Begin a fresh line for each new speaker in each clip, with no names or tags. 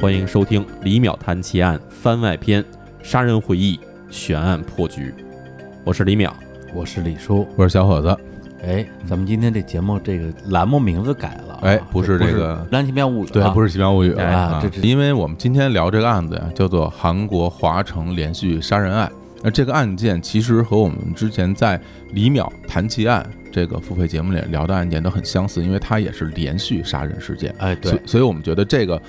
欢迎收听《李淼谈奇案番外篇：杀人回忆悬案破局》，我是李淼。
我是李叔。
我是小伙子，
哎，咱们今天这节目这个栏目名字改了啊，
哎不是
这
这个
《乱七妙物语》
对，
啊，
不
是
是《奇妙物语》
哎
啊
这这，
因为我们今天聊这个案子呀，叫做韩国华城连续杀人案。那这个案件其实和我们之前在李淼谈奇案这个付费节目里聊的案件都很相似，因为它也是连续杀人事件。
哎，
所
对
以，所以我们觉得这个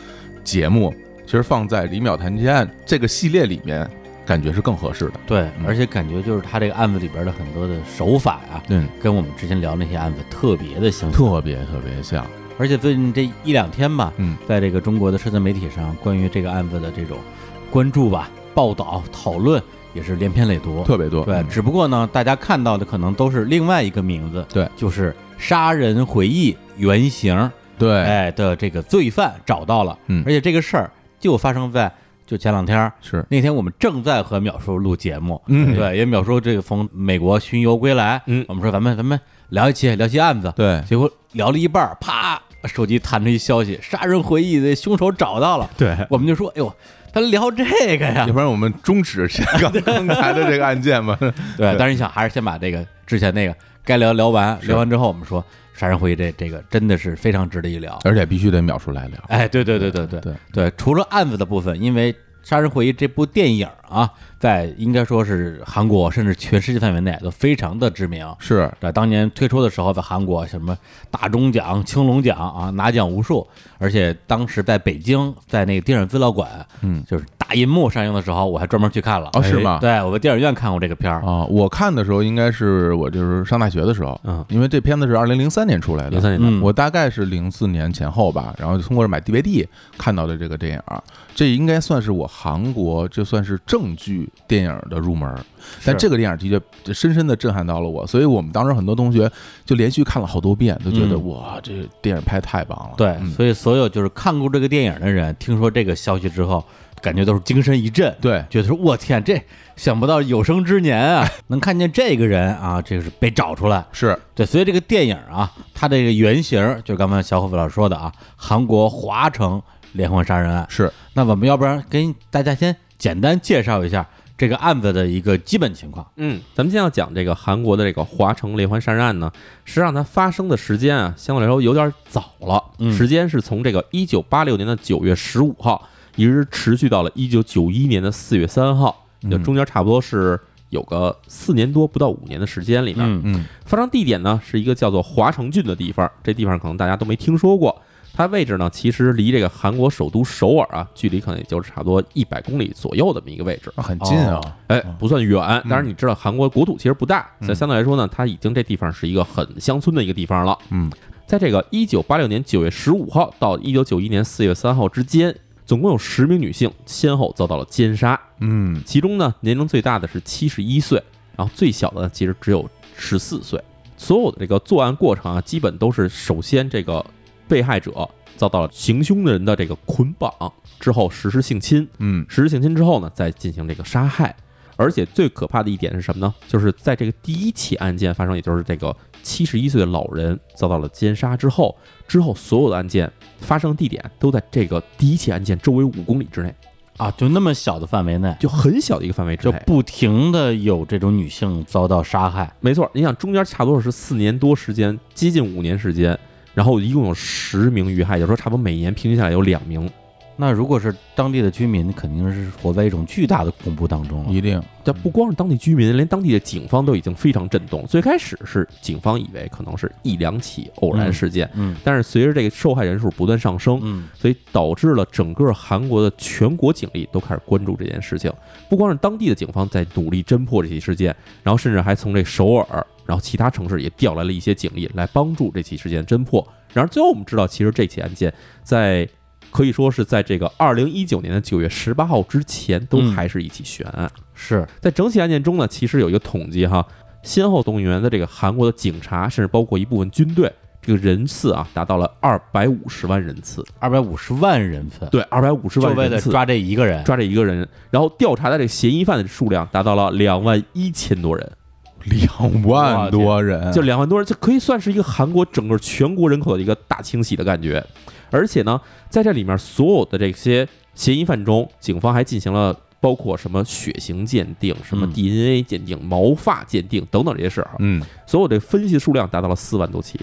节目其实放在李淼谈奇案这个系列里面，感觉是更合适的。
对，
嗯
而且感觉就是他这个案子里边的很多的手法啊，
嗯，
跟我们之前聊那些案子特别的相似。
特别特别像。
而且最近这一两天吧，
嗯，
在这个中国的社交媒体上，关于这个案子的这种关注吧、报道、讨论也是连篇累牍。
特别多。
对，
嗯
只不过呢，大家看到的可能都是另外一个名字，
对，
就是《杀人回忆》原型。
对，
哎的这个罪犯找到了，
嗯
而且这个事儿就发生在就前两天儿
是，
那天我们正在和淼叔录节目，
嗯
对，因为淼叔这个从美国巡游归来，
嗯
我们说咱们咱们聊一期聊期案子，
对，
结果聊了一半儿，啪，手机弹出一消息，杀人回忆的凶手找到了，
对
我们就说，哎呦，他聊这个呀
要，不然我们终止这个刚才的这个案件吧。
对，但是你想，还是先把这个之前那个该聊聊完，
是
聊完之后我们说杀人回忆这这个真的是非常值得一聊，
而且必须得秒出来聊。
哎，对对对对对
对
对，除了案子的部分，因为《杀人回忆》这部电影啊，在应该说是韩国甚至全世界范围内都非常的知名。
是，
对，当年推出的时候，在韩国什么大钟奖、青龙奖啊，拿奖无数。而且当时在北京，在那个电影资料馆，
嗯，
就是大银幕上映的时候，我还专门去看了。哎
哦，是吗？
对，我在电影院看过这个片儿。
啊，我看的时候应该是我就是上大学的时候，
嗯，
因为这片子是二零零三年出来的，
零三年
嗯
我大概是零四年前后吧，然后就通过买 DVD 看到的这个电影，这应该算是我韩国就算是正剧电影的入门儿，但这个电影的确深深的震撼到了我，所以我们当时很多同学就连续看了好多遍，都觉得、
嗯
哇，这个电影拍太棒了，
对，
嗯
所以所有就是看过这个电影的人，听说这个消息之后，感觉都是精神一振。
对，
觉得说我天，这想不到有生之年啊， 能看见这个人啊，这个是被找出来。
是
对，所以这个电影啊，它这个原型就是刚才小伙子老师说的啊，韩国华城连环杀人案。
是，
那我们要不然跟大家先简单介绍一下这个案子的一个基本情况。
嗯，咱们现在要讲这个韩国的这个华城连环杀人案呢，实际上它发生的时间啊，相对来说有点早了，
嗯
时间是从这个一九八六年的九月十五号，一直持续到了一九九一年的四月三号，
嗯
就中间差不多是有个四年多不到五年的时间里面。
嗯
嗯
发生地点呢是一个叫做华城郡的地方，这地方可能大家都没听说过。它位置呢，其实离这个韩国首都首尔啊，距离可能也就是差不多一百公里左右的这么一个位置。
那很近啊，
哦
哎，不算远。当然，
嗯
你知道韩国国土其实不大，
嗯
所以相对来说呢，它已经这地方是一个很乡村的一个地方了。
嗯，
在这个一九八六年九月十五号到一九九一年四月三号之间，总共有十名女性先后遭到了奸杀，
嗯。
其中呢，年龄最大的是七十一岁，然后最小的其实只有十四岁。所有的这个作案过程啊，基本都是首先这个被害者遭到了行凶的人的这个捆绑，之后实施性侵，
嗯
实施性侵之后呢，再进行这个杀害。而且最可怕的一点是什么呢？就是在这个第一起案件发生，也就是这个七十一岁的老人遭到了奸杀之后，之后所有的案件发生地点都在这个第一起案件周围五公里之内，
啊，就那么小的范围内，
就很小的一个范围之
就
内。
不停的有这种女性遭到杀害。
没错，你想中间差不多是四年多时间，接近五年时间，然后一共有十名遇害，有时候差不多每年平均下来有两名。
那如果是当地的居民，肯定是活在一种巨大的恐怖当中了。
一定，
这不光是当地居民，连当地的警方都已经非常震动。最开始是警方以为可能是一两起偶然事件，
嗯
但是随着这个受害人数不断上升，
嗯，
所以导致了整个韩国的全国警力都开始关注这件事情。不光是当地的警方在努力侦破这起事件，然后甚至还从这首尔，然后其他城市也调来了一些警力来帮助这起事件侦破。然而最后我们知道，其实这起案件在。可以说是在这个二零一九年的九月十八号之前，都
嗯
还是一起悬案。
是
在整起案件中呢，其实有一个统计哈，先后动员的这个韩国的警察，甚至包括一部分军队，这个人次啊达到了二百五十万人次。
二百五十万人次，
对，二百五十
就
万
为
人
了
次
抓这一个人，
抓这一个人，然后调查的这个嫌疑犯的数量达到了两万一千多人，
两
万
万
多
多人，
就两万多人，这可以算是一个韩国整个全国人口的一个大清洗的感觉。而且呢，在这里面所有的这些嫌疑犯中，警方还进行了包括什么血型鉴定、什么
嗯
DNA 鉴定、毛发鉴定等等这些事儿啊，
嗯，
所有的分析数量达到了四万多起。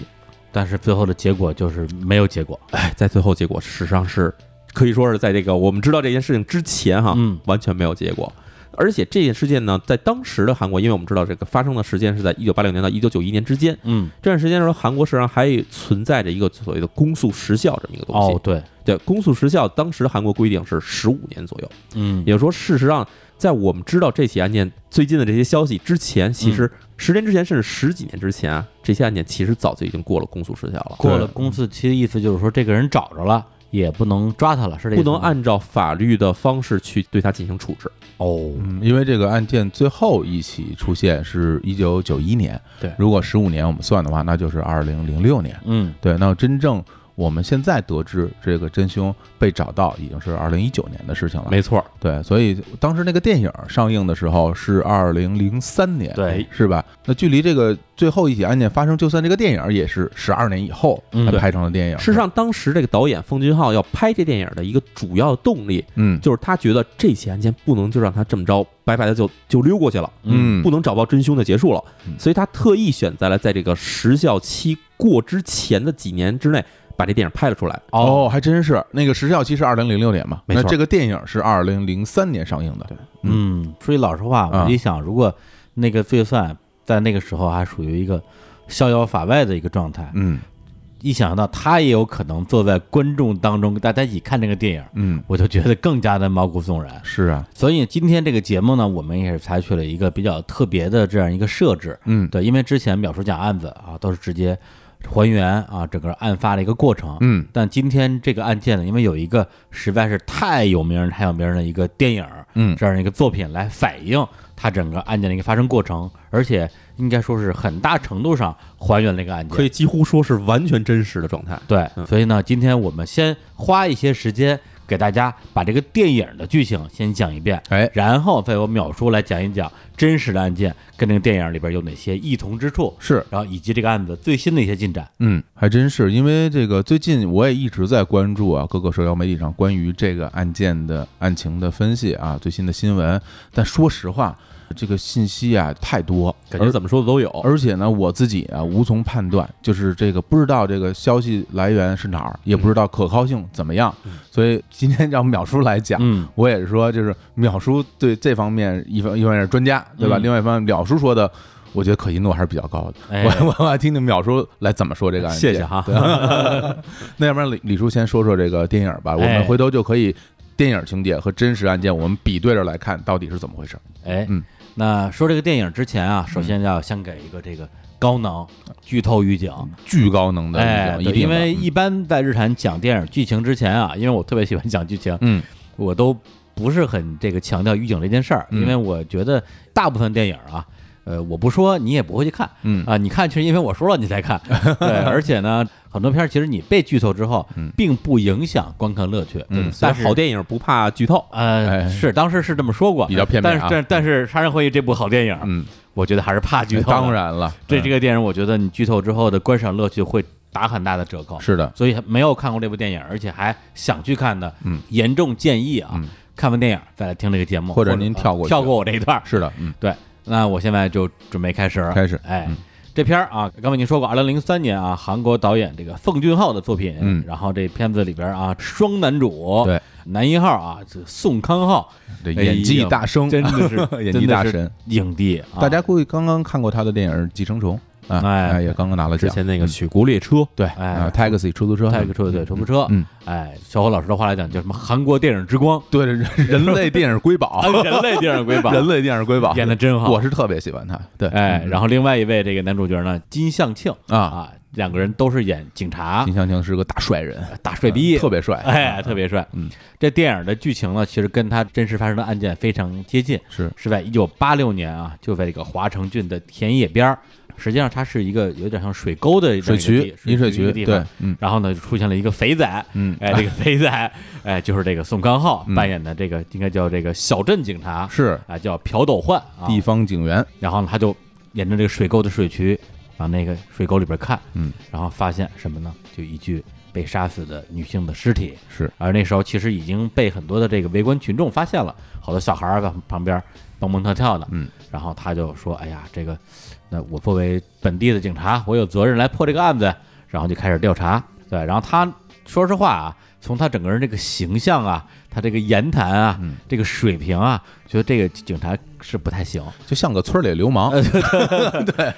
但是最后的结果就是没有结果。
哎，在最后结果实际上是可以说是在这个我们知道这件事情之前哈，
嗯
完全没有结果。而且这件事件呢，在当时的韩国，因为我们知道这个发生的时间是在一九八六年到一九九一年之间，
嗯，
这段时间的时候，韩国实际上还存在着一个所谓的公诉时效这么一个东西。
哦，对，
对，公诉时效当时韩国规定是十五年左右，
嗯
也就是说，事实上在我们知道这起案件最近的这些消息之前，其实十年之前甚至十几年之前啊，这些案件其实早就已经过了公诉时效了。
过
对
了公诉期的意思就是说，这个人找着了，也不能抓他了，是这
不
意思
能
吗
按照法律的方式去对它进行处置。
哦，
嗯，因为这个案件最后一起出现是一九九一年，
对
如果十五年我们算的话，那就是二零零六年，
嗯
对，那真正我们现在得知这个真凶被找到，已经是二零一九年的事情了，
没错，
对，所以当时那个电影上映的时候是二零零三年，
对，
是吧？那距离这个最后一起案件发生，就算这个电影也是十二年以后
嗯
才
对
拍成的电影，
事实，上当时这个导演奉俊昊要拍这电影的一个主要动力，
嗯
就是他觉得这起案件不能就让他这么着白白的就就溜过去了，
嗯，
不能找到真凶就结束了
嗯，
所以他特意选择了在这个时效期过之前的几年之内把这电影拍了出来。
哦，还真是那个时效期是二零零六年嘛，
没错
那这个电影是二零零三年上映的，
嗯，说句老实话，
啊
我一想，如果那个罪犯在那个时候还属于一个逍遥法外的一个状态，
嗯
一想到他也有可能坐在观众当中，大家一起看这个电影，
嗯，
我就觉得更加的毛骨悚然。
是啊，
所以今天这个节目呢，我们也是采取了一个比较特别的这样一个设置，
嗯
对，因为之前秒叔讲案子啊，都是直接还原啊整个案发的一个过程，
嗯
但今天这个案件呢，因为有一个实在是太有名儿、太有名儿的一个电影，
嗯
这样一个作品来反映它整个案件的一个发生过程，而且应该说是很大程度上还原了一个案件。
可以几乎说是完全真实的状态。
对，
嗯
所以呢，今天我们先花一些时间给大家把这个电影的剧情先讲一遍，
哎
然后再由淼叔来讲一讲真实的案件跟这个电影里边有哪些异同之处，
是，
然后以及这个案子最新的一些进展。
嗯，还真是，因为这个最近我也一直在关注啊，各个社交媒体上关于这个案件的案情的分析啊，最新的新闻。但说实话，这个信息啊太多，
感觉怎么说的都有。
而且呢，我自己啊无从判断，就是这个不知道这个消息来源是哪儿，也不知道可靠性怎么样，所以今天让淼叔来讲。
嗯，
我也是说，就是淼叔对这方面一方一方面是专家，对吧？
嗯
另外一方面，淼叔说的，我觉得可信度还是比较高的。
哎
我我我要听听淼叔来怎么说这个案件。
谢啊谢哈
对。那要不然李李叔先说说这个电影吧，我
哎
们回头就可以电影情节和真实案件我们比对着来看，到底是怎么回事。
哎，
嗯
那说这个电影之前啊，首先要先给一个这个高能剧透预警。
巨嗯高能的
哎，
预警，一
对
定
因
的嗯
为一般在日坛讲电影剧情之前啊，因为我特别喜欢讲剧情，
嗯
我都不是很这个强调预警这件事儿，
嗯
因为我觉得大部分电影啊，呃，我不说你也不会去看。
嗯
啊，你看，其实因为我说了你才看，对， 而且呢，很多片儿其实你被剧透之后
嗯，
并不影响观看乐趣，
嗯
但
但
是
是
好电影不怕剧透，
呃，
哎
是当时是这么说过，
比较片面
但是
啊
但但是《杀人回忆》这部好电影，
嗯，哎
我觉得还是怕剧透。
当，然嗯了，
这这
个
个电影，我觉得你剧透之后的观赏乐趣会打很大的折扣。
是的，
所以没有看过这部电影，而且还想去看的，
嗯，
严重建议啊，
嗯
看完电影再来听这个节目，
或
或
者您跳
呃
过去
跳过我这一段儿。
是的，嗯，
对，那我现在就准备开始了。
开始
哎
嗯，
这片儿啊，刚才您说过，二零零三年啊，韩国导演这个奉俊昊的作品。
嗯
然后这片子里边啊，双男主，
对，
男一号啊，这宋康 昊，
这
哎
演技
呀
大生，
真 的是
演技大神
真的是影帝啊。
大家估计刚刚看过他的电影《寄生虫》啊，
哎
哎，也刚刚拿了
之
奖。
前那个《雪国列车》
对
哎
啊，Taxi 出租车，
开个车对出租车，
嗯，
哎，小伙老师的话来讲叫什么？韩国电影之光，啊
对人人类电影 瑰宝，
人类电影瑰宝，
人类电影瑰宝
哎演的真好。
我是特别喜欢他。对，
哎，
嗯
然后另外一位这个男主角呢，金相庆
啊，
啊，两个人都是演警察
金，相嗯庆是个大帅人，
大帅啊哎逼，
特别帅，
哎，特别帅。
嗯，
这电影的剧情呢，其实跟他真实发生的案件非常接近，
是
是在一九八六年啊，就在这个华城郡的田野边儿，实际上它是一个有点像水沟的这么一个
水
地
渠，饮水
一
渠
个，地
对
方。，
嗯
然后呢，就出现了一个肥仔，
嗯，
哎，这个肥仔，哎，就是这个宋康昊
嗯
扮演的这个，应该叫这个小镇警察，
是
啊，叫朴斗焕啊。
地方警员，
然后呢，他就沿着这个水沟的水渠往那个水沟里边看，
嗯，
然后发现什么呢？就一具被杀死的女性的尸体。
是，
而那时候其实已经被很多的这个围观群众发现了，好多小孩儿在啊旁边蹦蹦跳跳的。
嗯，
然后他就说：“哎呀，这个，那我作为本地的警察，我有责任来破这个案子。”然后就开始调查。对，然后他说实话啊，从他整个人这个形象啊，他这个言谈啊，
嗯
这个水平啊，觉得这个警察是不太 行，
就像个村里的流
哎
氓，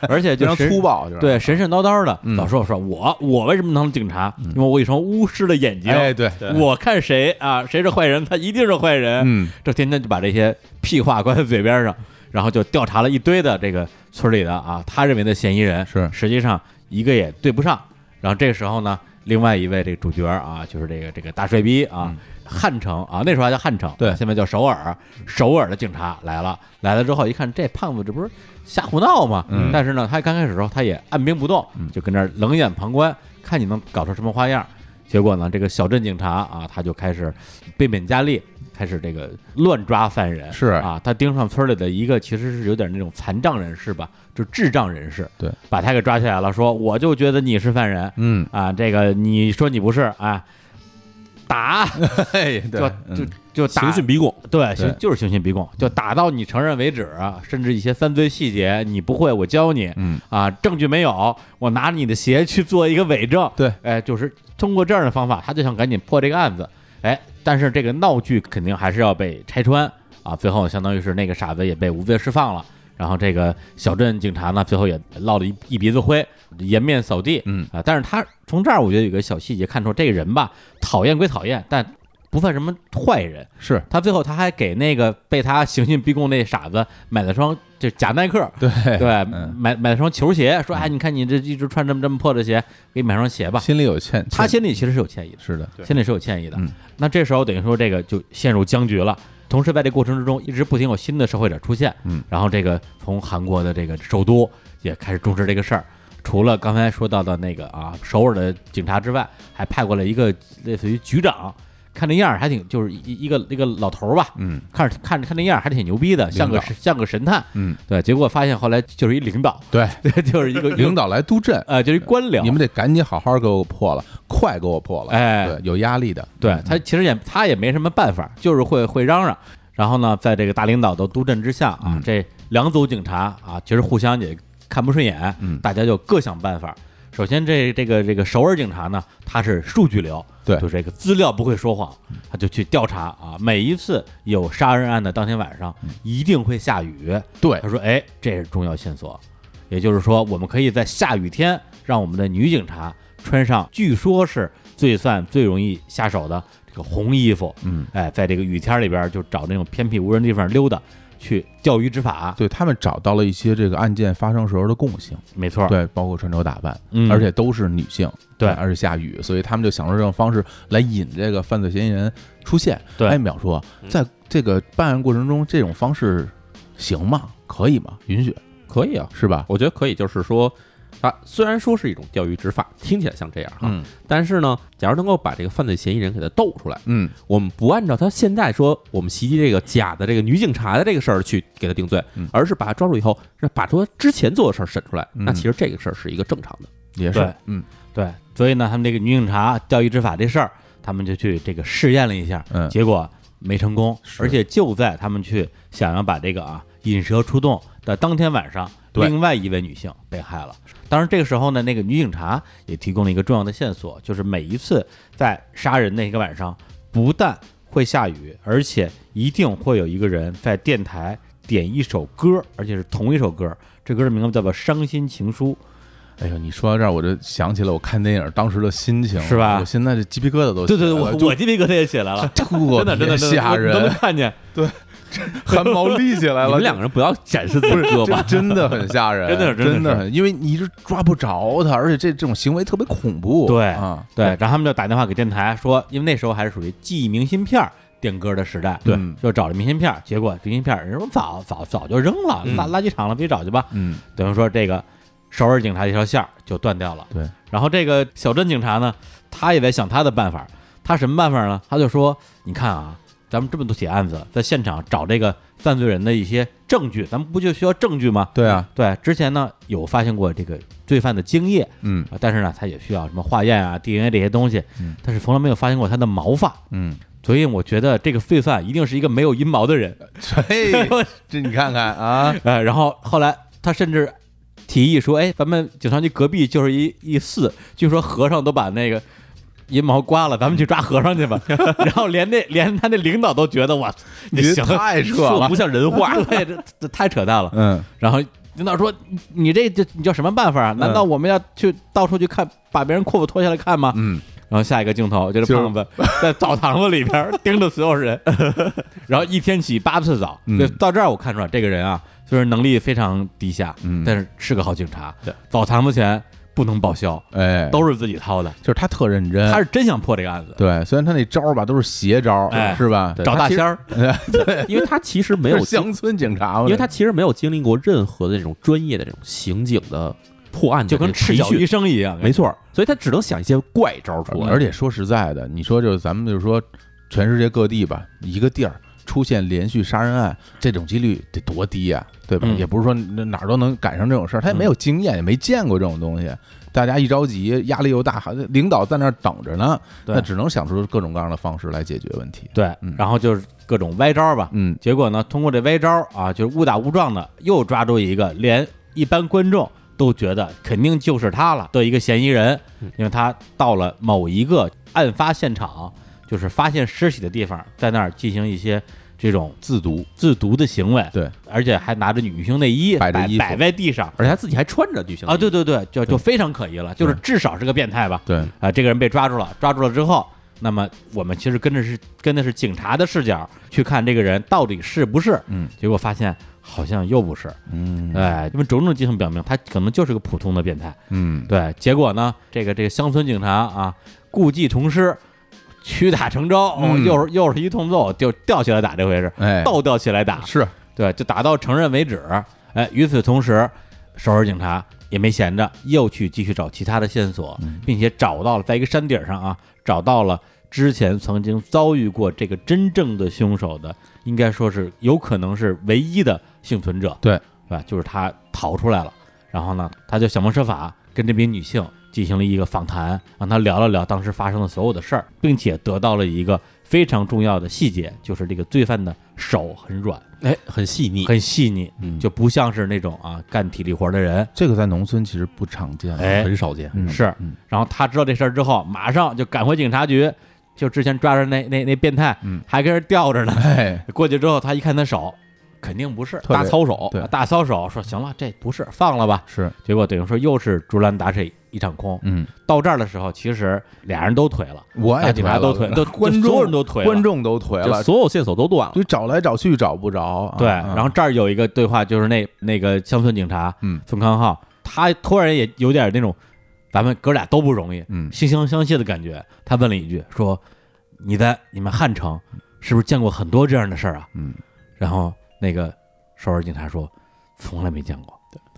而且
非
就
常
是
粗暴，就是，
对，神神叨叨的。
嗯
老说我说我我为什么能当警察？因为我有一双巫师的眼睛，
哎对，
我看谁啊，谁是坏人，他一定是坏人。
嗯，
这天天就把这些屁话挂在嘴边上，然后就调查了一堆的这个村里的啊，他认为的嫌疑人，
是
实际上一个也对不上。然后这个时候呢，另外一位这个主角啊，就是这个这个大帅逼啊，
嗯
汉城啊，那时候还叫汉城，
对
现在叫首尔。首尔的警察来了，来了之后一看，这胖子这不是瞎胡闹吗？
嗯
但是呢，他刚开始的时候他也按兵不动，
嗯
就跟那儿冷眼旁观，看你能搞出什么花样。结果呢，这个小镇警察啊，他就开始变本加厉，开始这个乱抓犯人。
是
啊，他盯上村里的一个其实是有点那种残障人士吧，就智障人士。
对，
把他给抓起来了，说我就觉得你是犯人
嗯，
啊，这个你说你不是啊， 打
嘿，
就
对，
就
嗯
就打
刑讯逼供，
对，
对
刑就是刑讯逼供，就打到你承认为止，啊甚至一些犯罪细节你不会，我教你。
嗯，
啊，证据没有，我拿你的鞋去做一个伪证。
对，
哎，就是通过这样的方法，他就想赶紧破这个案子。哎，但是这个闹剧肯定还是要被拆穿啊。最后相当于是那个傻子也被无罪释放了，然后这个小镇警察呢，最后也落了一一鼻子灰，颜面扫地。
嗯
啊，但是他从这儿我觉得有一个小细节看出这个人吧，讨厌归讨厌，但不算什么坏人。
是，
他最后他还给那个被他刑讯逼供那傻子买了双就假耐克，
对，
对，
嗯
买买了双球鞋，说哎，你看你这一直穿这么这么破的鞋，给你买双鞋吧。
心里有欠，
他
欠
心里其实是有歉意
是的，
的，
对
心里是有歉意的
嗯。
那这时候等于说这个就陷入僵局了。同时在这过程之中，一直不停有新的社会者出现，
嗯，
然后这个从韩国的这个首都也开始重视这个事儿。除了刚才说到的那个啊首尔的警察之外，还派过来一个类似于局长，看那样儿还挺就是一一个一个老头儿吧，
嗯
看着看着看那样儿还挺牛逼的，像个
领导
像个神探。
嗯，
对，结果发现后来就是一领导，
对，
对， 就是一个
领，导来督阵，
呃，就是一官僚。
你们得赶紧好好给我破了，快给我破了，
哎
对，有压力的，
对他其实也他也没什么办法，就是会会嚷嚷。然后呢，在这个大领导的督阵之下啊
嗯，
这两组警察啊，其实互相也看不顺眼，
嗯
大家就各想办法。首先这，这个这个首尔警察呢，他是数据流，
对嗯
就这个资料不会说谎，他就去调查啊。每一次有杀人案的当天晚上，
嗯
一定会下雨，
对
他，说：“哎，这是重要线索，也就是说，我们可以在下雨天让我们的女警察穿上，据说是最算最容易下手的这个红衣服。
嗯，
哎，在这个雨天里边就找那种偏僻无人地方溜达，去钓鱼执法。
对他们找到了一些这个案件发生时候的共性，
没错，
对，包括穿着打扮，
嗯，
而且都是女性，呃
对
而且下雨，所以他们就想出这种方式来引这个犯罪嫌疑人出现。
对
哎，淼叔，
嗯
在这个办案过程中，这种方式行吗？可以吗？允许
可以啊，
是吧？
我觉得可以，就是说，它虽然说是一种钓鱼执法，听起来像这样哈，
嗯
但是呢，假如能够把这个犯罪嫌疑人给他逗出来，
嗯，
我们不按照他现在说我们袭击这个假的这个女警察的这个事儿去给他定罪，
嗯
而是把他抓住以后，是把他之前做的事儿审出来，
嗯
那其实这个事儿是一个正常的。
也是
对，
嗯
对，所以呢，他们这个女警察钓鱼执法这事儿，他们就去这个试验了一下，
嗯
结果没成功，
是
而且就在他们去想要把这个啊引蛇出洞的当天晚上，
对
另外一位女性被害了。当然，这个时候呢，那个女警察也提供了一个重要的线索，就是每一次在杀人那个晚上，不但会下雨，而且一定会有一个人在电台点一首歌，而且是同一首歌。这歌的名字叫做《伤心情书
哎呦，你说到这儿，我就想起了我看电影当时的心情，
是吧
我现在这鸡皮疙瘩》。都
对对对，我
就。
我鸡皮疙瘩也起来了
特
真的真的
别
真的
吓
我都能
人，
看见。
汗毛立起来
你
了
们。两个人不要展示自己胳膊，
这真的很吓人，
真的是真的是
真的很，因为你一直抓不着他，而且这这种行为特别恐怖。
对
啊，
对，然后他们就打电话给电台说，因为那时候还是属于记忆明信片儿电歌的时代，嗯
对
就找了明信片儿，结果明信片儿人家说早早早就扔了，
嗯
垃垃圾场了，自己找去吧。
嗯，
等于说这个首尔警察这条线儿就断掉了。
对，
然后这个小镇警察呢，他也在想他的办法，他什么办法呢？他就说，你看啊，咱们这么多起案子，在现场找这个犯罪人的一些证据，咱们不就需要证据吗？
对啊，
对，之前呢有发现过这个罪犯的精液
嗯
啊，但是呢，他也需要什么化验啊、DNA 这些东西
嗯，
但是从来没有发现过他的毛发，
嗯，
所以我觉得这个罪犯一定是一个没有阴毛的人。
嘿，这你看看啊，
呃，然后后来他甚至提议说：“哎，咱们警察局隔壁就是一一寺，据说和尚都把那个阴毛刮了，咱们去抓和尚去 吧。”然后连那连他那领导都觉得哇，你
你
行
太扯
说
了
不，像人话。
话， 对，这这太扯 淡了。
嗯
然后领导说：“你你这这你叫什么办法啊？
嗯
难道我们要去到处去看，把别人裤子脱下来看吗？”
嗯，
然后下一个镜头就是胖子 在澡堂子里边盯着所 有人，然后一天洗八次澡。
嗯
对，到这儿我看出来这个人啊，虽然能力非常低下，
嗯
但是是个好警察。
对，
澡堂子钱不能报销，
哎，
都是自己掏的。
就是他特认真，
他是真想破这个案子，
对，虽然他那招儿吧都是邪招儿，
哎
是吧？
对
找
他
大
其实
仙儿。
因为他其实没
没
有经，
乡村警察嘛，
因为他其实没有经历过任何的那种专业的这种刑警的破案的
就跟
这个
赤
培
脚医
训，
生一样，
没错儿，所以他只能想一些怪招出
嗯
来。
而且说实在的，你说就是咱们就是说，全世界各地吧，一个地儿出现连续杀人案，这种几率得多低呀、对吧？
嗯
也不是说哪哪儿都能赶上这种事儿，他也没有经验，也没见过这种东西。大家一着急，压力又大，还领导在那儿等着呢，
对
那只能想出各种各样的方式来解决问题。
对
嗯，
然后就是各种歪招吧。
嗯，
结果呢，通过这歪招啊，就是误打误撞的又抓住一个连一般观众都觉得肯定就是他了的一个嫌疑人
嗯，
因为他到了某一个案发现场，就是发现尸体的地方，在那儿进行一些这种
自毒，
自毒的行为，
对，
而且还拿着女性内衣
摆着
摆
衣服
摆在地上。
而且他自己还穿着女性
啊，对对对，就
对
就非常可疑了，就是至少是个变态吧。
对，
啊，这个人被抓住了，抓住了之后，那么我们其实跟着是跟的是警察的视角去看这个人到底是不是，
嗯
结果发现好像又不是，
嗯
哎，因为种种迹象表明他可能就是个普通的变态，
嗯，
对，结果呢，这个这个乡村警察啊，故技重施，屈打成招，哦
嗯
又是又是一通揍，就吊起来打这回是，
哎，
倒吊起来打，
是
对，就打到承认为止。哎，与此同时，首尔警察也没闲着，又去继续找其他的线索，并且找到了，在一个山顶上啊，找到了之前曾经遭遇过这个真正的凶手的，应该说是有可能是唯一的幸存者，
对
是吧？就是他逃出来了，然后呢，他就想方设法跟这名女性进行了一个访谈，让她聊了聊当时发生的所有的事儿，并且得到了一个非常重要的细节，就是这个罪犯的手很软。
哎，很细腻，
很细腻，
嗯
就不像是那种啊干体力活的人。
这个在农村其实不常见，
哎，
很少见。
嗯
是
嗯
然后他知道这事儿之后，马上就赶回警察局，就之前抓着那那那变态，
嗯
还跟人吊着呢。
哎，
过去之后，他一看他手，肯定不是
特别
大操手
对，
大操手说行了，这不是，放了吧。
是，
结果等于说又是竹篮打水一场空。
嗯，
到这儿的时候，其实俩人都颓了，
我
大
也
警察都颓，都
观
就所有人
众
都颓了，
观众都颓了
就，所有线索都断了，
就找来找去找不着。啊
对，
啊
然后这儿有一个对话，就是那那个乡村警察，
嗯，
宋康昊，他突然也有点那种，咱们哥俩都不容易，
嗯
惺惺相惜的感觉。他问了一句，说你在你们汉城是不是见过很多这样的事儿啊？
嗯，
然后那个首尔警察说，从来没见过。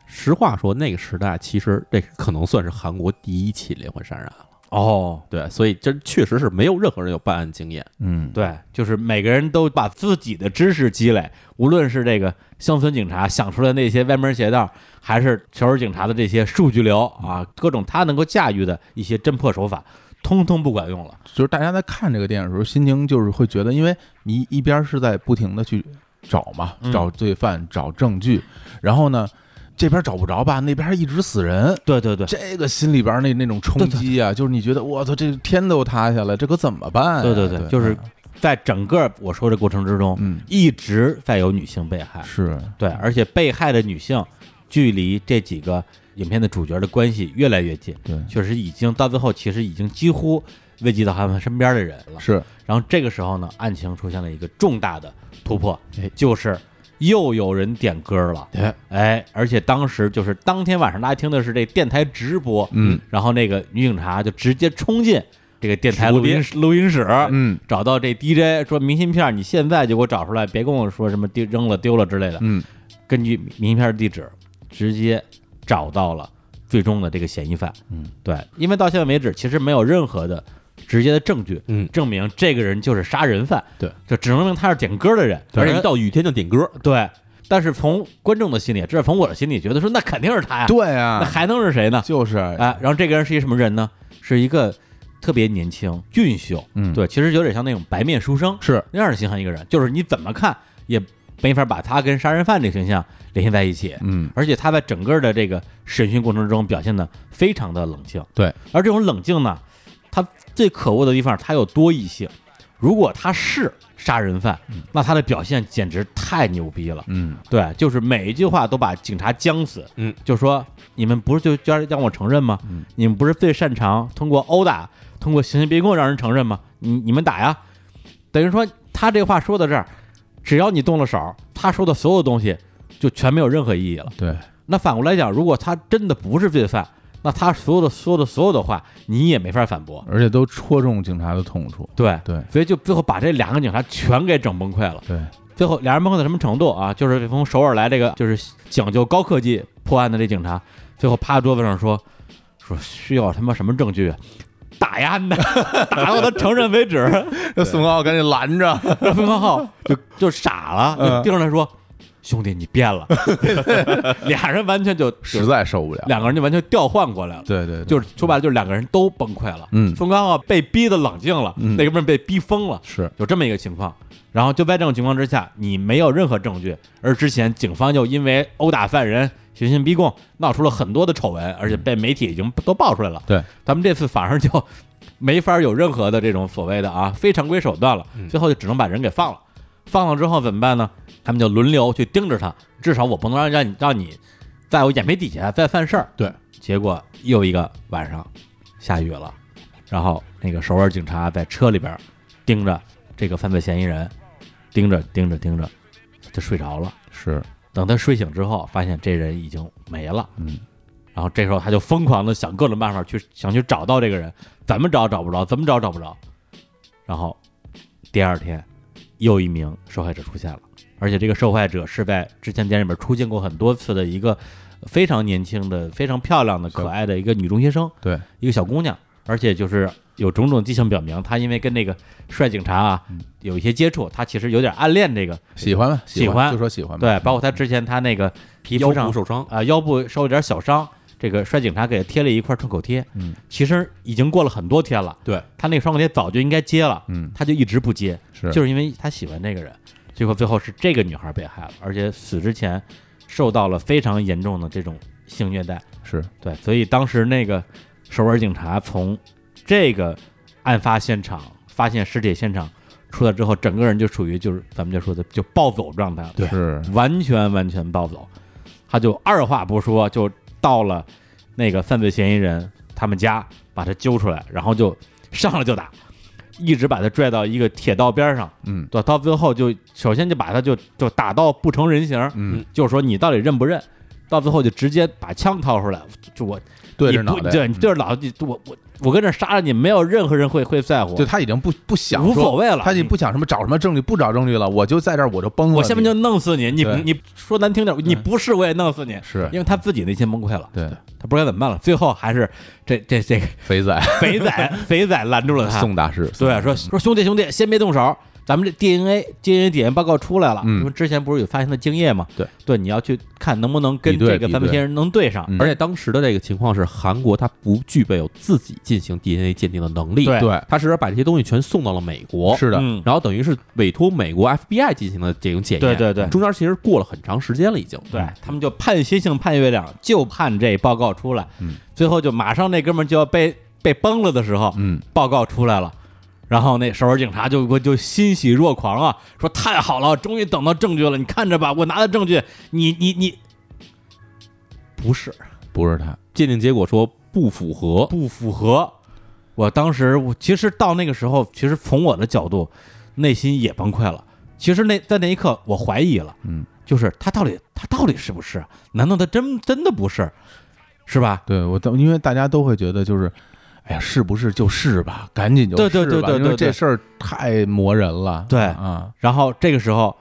实话说，那个时代其实这可能算是韩国第一起连环杀人案了。
哦，
对，所以这确实是没有任何人有办案经验。
嗯，
对，就是每个人都把自己的知识积累，无论是这个乡村警察想出来那些歪门邪道，还是首尔警察的这些数据流啊，各种他能够驾驭的一些侦破手法，通通不管用了。
就是大家在看这个电影的时候，心情就是会觉得，因为你一边是在不停的去找嘛，
嗯
找罪犯，找证据，然后呢，这边找不着吧，那边一直死人。
对对对，
这个心里边那那种冲击啊，就是你觉得我操，这天都塌下来，这可怎么办、啊？
对
对
对对就是
啊
在整个我说的过程之中，
嗯，
一直在有女性被害，
是嗯
对，而且被害的女性距离这几个影片的主角的关系越来越近，
对，
确实已经到最后，其实已经几乎危及到他们身边的人了。
是
然后这个时候呢，案情出现了一个重大的突破
哎，
就是又有人点歌了，
哎
哎，而且当时就是当天晚上大家听的是这电台直播，
嗯，
然后那个女警察就直接冲进这个电台录音录音室，
嗯
找到这 DJ 说明信片，你现在就给我找出来，别跟我说什么丢扔了丢了之类的，
嗯
根据明信片的地址，直接找到了最终的这个嫌疑犯。
嗯，
对，因为到现在为止，其实没有任何的直接的证据，
嗯
证明这个人就是杀人犯，
对，
就只能证明他是点歌的人，
而且
且
一到雨天就点歌，
对。但是从观众的心里，至少从我的心里，觉得说那肯定是他呀，
对
哎那
啊，
还能是谁呢？
就是
哎，然后这个人是一什么人呢？是一个特别年轻、俊秀，
嗯
对，其实有点像那种白面书生
是
那样的形象一个人，就是你怎么看也没法把他跟杀人犯这个形象联系在一起。
嗯
而且他在整个的这个审讯过程中表现的非常的冷静，
对。
而这种冷静呢，他最可恶的地方，他有多义性。如果他是杀人犯，那他的表现简直太牛逼了。
嗯
对，就是每一句话都把警察将死。
嗯，
就说你们不是就就要让我承认吗？
嗯
你们不是最擅长通过殴打、通过刑讯逼供让人承认吗？你你们打呀！等于说他这话说到这儿，只要你动了手，他说的所有东西就全没有任何意义了。
对，
那反过来讲，如果他真的不是罪犯，那他所有的说的所有的话，你也没法反驳。
而且都戳中警察的痛处，
对
对
所以就最后把这两个警察全给整崩溃了。
对，
最后俩人崩溃到什么程度啊？就是从首尔来这个就是讲究高科技破案的这警察，最后趴桌子上说说需要他妈什么证据啊？打呀你！ 打到他承认为止。
那宋高赶紧拦着，
然后冯康浩就就傻了，
嗯
就盯着他说：“兄弟，你变了。” 俩人完全就
实在受 不了，
两个人就完全调换过来了。
对对，对
就是说白了，就是两个人都崩溃了。
嗯
宋康昊被逼的冷静了，
嗯
那哥们儿被逼疯了，
是
有这么一个情况。然后就在这种情况之下，你没有任何证据，而之前警方又因为殴打犯人、寻衅逼供，闹出了很多的丑闻，而且被媒体已经都爆出来了。
对，
咱们这次反而就 没法有任何的这种所谓的啊非常规手段了，
嗯
最后就只能把人给放了。放了之后怎么办呢？他们就轮流去盯着他，至少我不能让让你让你在我眼皮底下再犯事儿。
对，
结果又一个晚上下雨了，然后那个首尔警察在车里边盯着这个犯罪嫌疑人，盯着盯着盯着，他睡着了。
是，
等他睡醒之后，发现这人已经没了。
嗯，
然后这时候他就疯狂的想各种办法去想去找到这个人，怎么找找不着，怎么找找不着。然后第二天，又一名受害者出现了，而且这个受害者是在之前电影里面出现过很多次的一个非常年轻的、非常漂亮的、
小
可爱的一个女中学生，
对，
一个小姑娘，而且就是有种种迹象表明，她因为跟那个帅警察啊
嗯
有一些接触，她其实有点暗恋这个，
喜欢吧，
喜欢
就说喜欢吧，
对，包括她之前她那个皮
腰
肤上
部受伤，
啊、腰部受了点小伤，这个摔警察给他贴了一块创口贴。
嗯，
其实已经过了很多天了，
对，
他那个创口贴早就应该揭了，
嗯
他就一直不揭，
是
就是因为他喜欢这个人。结果最后是这个女孩被害了，而且死之前受到了非常严重的这种性虐待。
是
对，所以当时那个首尔警察从这个案发现场发现尸体现场出来之后，整个人就处于就是咱们就说的就暴走状态了。
对是，
完全完全暴走，他就二话不说就到了那个犯罪嫌疑人他们家，把他揪出来，然后就上来就打，一直把他拽到一个铁道边上，
嗯
对，到最后就首先就把他就就打到不成人形，
嗯，
就是说你到底认不认？到最后就直接把枪掏出来，就我
对
你
着脑
不
袋，
对，你
嗯
对着脑袋，你我我我跟这杀了你，没有任何人会会在乎
就，他已经不不想
无
说
所谓了
他已经不想什么找什么证据，不找证据了，我就在这儿我就崩了你，
我下面就弄死你，你
对嗯
你说难听点，你不是我也弄死你，
是
因为他自己内心崩溃了。
对
他不知道该怎么办了，最后还是这这这 个
肥仔
肥仔肥仔拦住了他，
宋大师，
对，说说兄弟兄弟，先别动手，咱们这 DNA DNA 检验报告出来了，
嗯
因为之前不是有发现的精液吗？
对
对，你要去看能不能跟
比对
这个
比
犯罪
对
嫌疑人能对上，
嗯
而且当时的这个情况是韩国它不具备有自己进行 DNA 鉴定的能力，
对
对
它是把这些东西全送到了美国，
是的，
嗯，
然后等于是委托美国 FBI 进行了这种检验，
对对对
中间其实过了很长时间了，已经，嗯
对他们就盼星星盼月亮，就盼这报告出来，
嗯
最后就马上那哥们儿就要被被崩了的时候，
嗯，
报告出来了。然后那首尔警察就我就欣喜若狂啊，说太好了，终于等到证据了！你看着吧，我拿的证据，你你你，不是
不是他，
鉴定结果说不符合，
不符合。我当时我其实到那个时候，其实从我的角度，内心也崩溃了。其实那在那一刻，我怀疑了，
嗯，
就是他到底他到底是不是？难道他真真的不是？是吧？
对我都因为大家都会觉得就是。哎呀，是不是就是吧？赶紧就
对对
是
对
吧
对
因
对对
为这事儿太磨人了。
对
啊，
然后这个时候，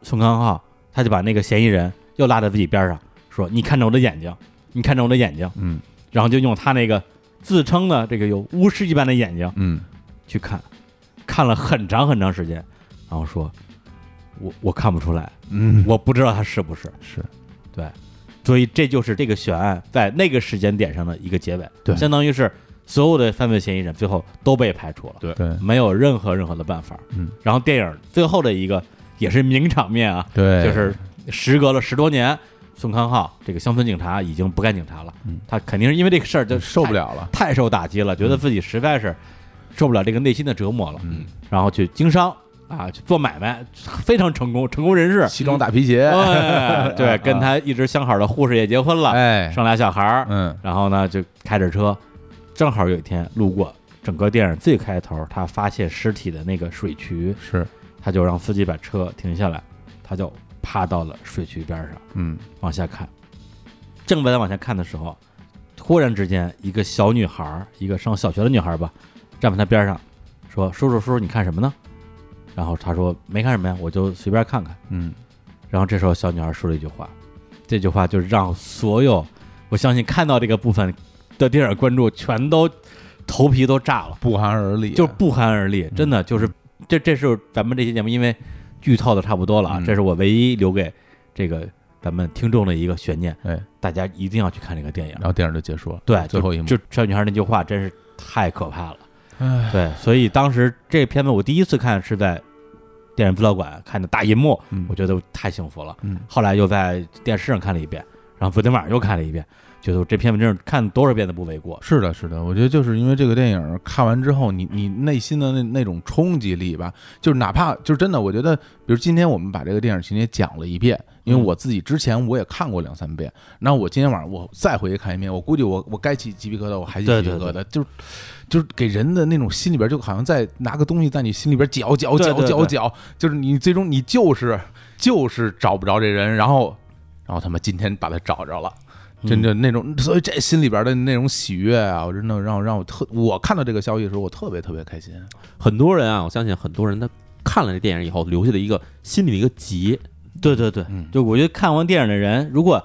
宋康昊他就把那个嫌疑人又拉到自己边上，说：“你看着我的眼睛，你看着我的眼睛。
嗯”
然后就用他那个自称的这个有巫师一般的眼睛
嗯，
去看，看了很长很长时间，然后说：“我我看不出来，
嗯，
我不知道它是不是，
是
对，所以这就是这个悬案在那个时间点上的一个结尾，
对
相当于是所有的犯罪嫌疑人最后都被排除了，
对
对
没有任何任何的办法。
嗯，
然后电影最后的一个也是名场面啊，
对，
就是时隔了十多年，宋康昊这个乡村警察已经不干警察了，
嗯
他肯定是因为这个事儿就
受不
了。
了了，
太受打击了，觉得自己实在是受不了这个内心的折磨了，
嗯，
然后去经商啊，去做买卖，非常成功，成功人士。
西装大皮鞋，
哎对，
啊
跟他一直相好的护士也结婚了，
哎，
生俩小孩儿，
嗯，
然后呢就开着车，正好有一天路过整个电影最开头他发现尸体的那个水渠，
是，
他就让司机把车停下来，他就趴到了水渠边上
嗯，
往下看，正在往下看的时候，忽然之间，一个小女孩儿，一个上小学的女孩儿吧，站在他边上，说：“叔叔，叔叔，你看什么呢？”然后他说：“没看什么呀，我就随便看看。
嗯，”
然后这时候，小女孩说了一句话，这句话就让所有我相信看到这个部分的电影观众全都头皮都炸了，
不寒而栗，啊
就不寒而
嗯
栗，真的就是这这是咱们这期节目，因为剧透的差不多了啊
嗯，
这是我唯一留给这个咱们听众的一个悬念，
哎，
大家一定要去看这个电影
然。后电影就结束了，
对，
最后一幕
就就小女孩那句话真是太可怕 了。
哎，
对，所以当时这片子我第一次看是在电影资料馆看的大银幕，
嗯
我觉得太幸福了。
嗯
后来又在电视上看了一遍，然后昨天晚上又看了一遍，觉得这片子真是看多少遍都不为过。嗯
是的，是的，我觉得就是因为这个电影看完之后，你你内心的那那种冲击力吧，就是哪怕就是真的，我觉得，比如今天我们把这个电影情节讲了一遍，因为
嗯
我自己之前我也看过两三遍，那我今天晚上我再回去看一遍，我估计我我该起鸡皮疙瘩，我还起
对
鸡皮
对
疙瘩，就是就是给人的那种心里边就好像在拿个东西在你心里边搅搅
对
搅
对
搅
对
搅，就是你最终你就是就是找不着这人，然后然后他妈今天把他找着了。真的那种，所以这心里边的那种喜悦啊，我真的让我让我特，我看到这个消息的时候，我特别特别开心。
很多人啊，我相信很多人他看了这电影以后留下的一个心里的一个结，
对对对，
嗯
就我觉得看完电影的人，如果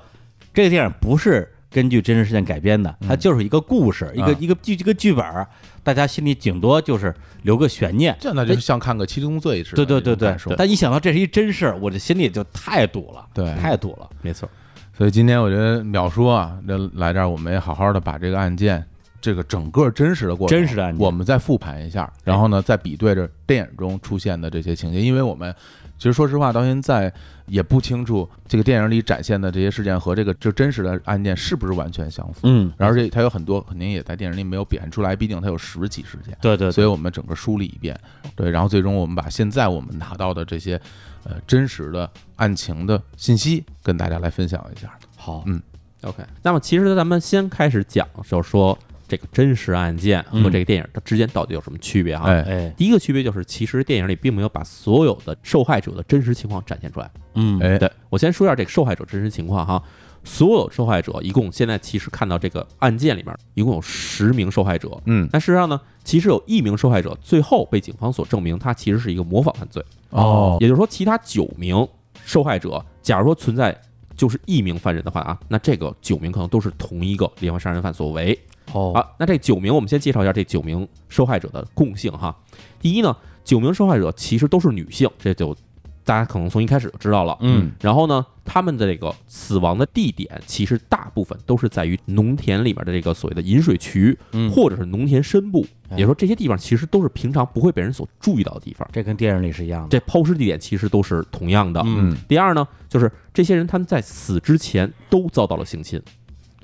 这个电影不是根据真实事件改编的，它就是一个故事，一个、
啊
一个剧一个剧本儿，大家心里顶多就是留个悬念。
这那就是像看个《七宗罪》似的
对
那
对
种
对对
感受，，
但一想到这是一真事儿，我这心里就太堵了，
对
太堵了。
没错，
所以今天我觉得淼叔啊，这来这儿我们也好好的把这个案件，这个整个真实的过程，
真实的案件
我们再复盘一下，然后呢，再比对着电影中出现的这些情节，因为我们其实说实话，到现在也不清楚这个电影里展现的这些事件和这个这真实的案件是不是完全相符。
嗯，
而且它有很多肯定也在电影里没有表现出来，毕竟它有十几事件。
对对
所
对
以我们整个梳理一遍，对，然后最终我们把现在我们拿到的这些，呃，真实的案情的信息跟大家来分享一下。
好，
OK，那么其实咱们先开始讲，就是说这个真实案件和这个电影它之间到底有什么区别哈？
哎
哎，
第一个区别就是，其实电影里并没有把所有的受害者的真实情况展现出来。
嗯，
哎，
对我先说一下这个受害者真实情况哈，所有受害者一共现在其实看到这个案件里面一共有十名受害者，
嗯，
但事实上呢，其实有一名受害者最后被警方所证明他其实是一个模仿犯罪，
哦，
也就是说，其他九名受害者，假如说存在就是一名犯人的话啊，那这个九名可能都是同一个连环杀人犯所为。
哦，
啊，那这九名，我们先介绍一下这九名受害者的共性哈。第一呢，九名受害者其实都是女性，这就大家可能从一开始就知道了。
嗯，
然后呢，他们的这个死亡的地点，其实大部分都是在于农田里面的这个所谓的饮水渠，
嗯
或者是农田深部，
哎
也就是说这些地方其实都是平常不会被人所注意到的地方。
这跟电影里是一样的。
这抛尸地点其实都是同样的。
嗯
嗯，
第二呢，就是这些人他们在死之前都遭到了性侵，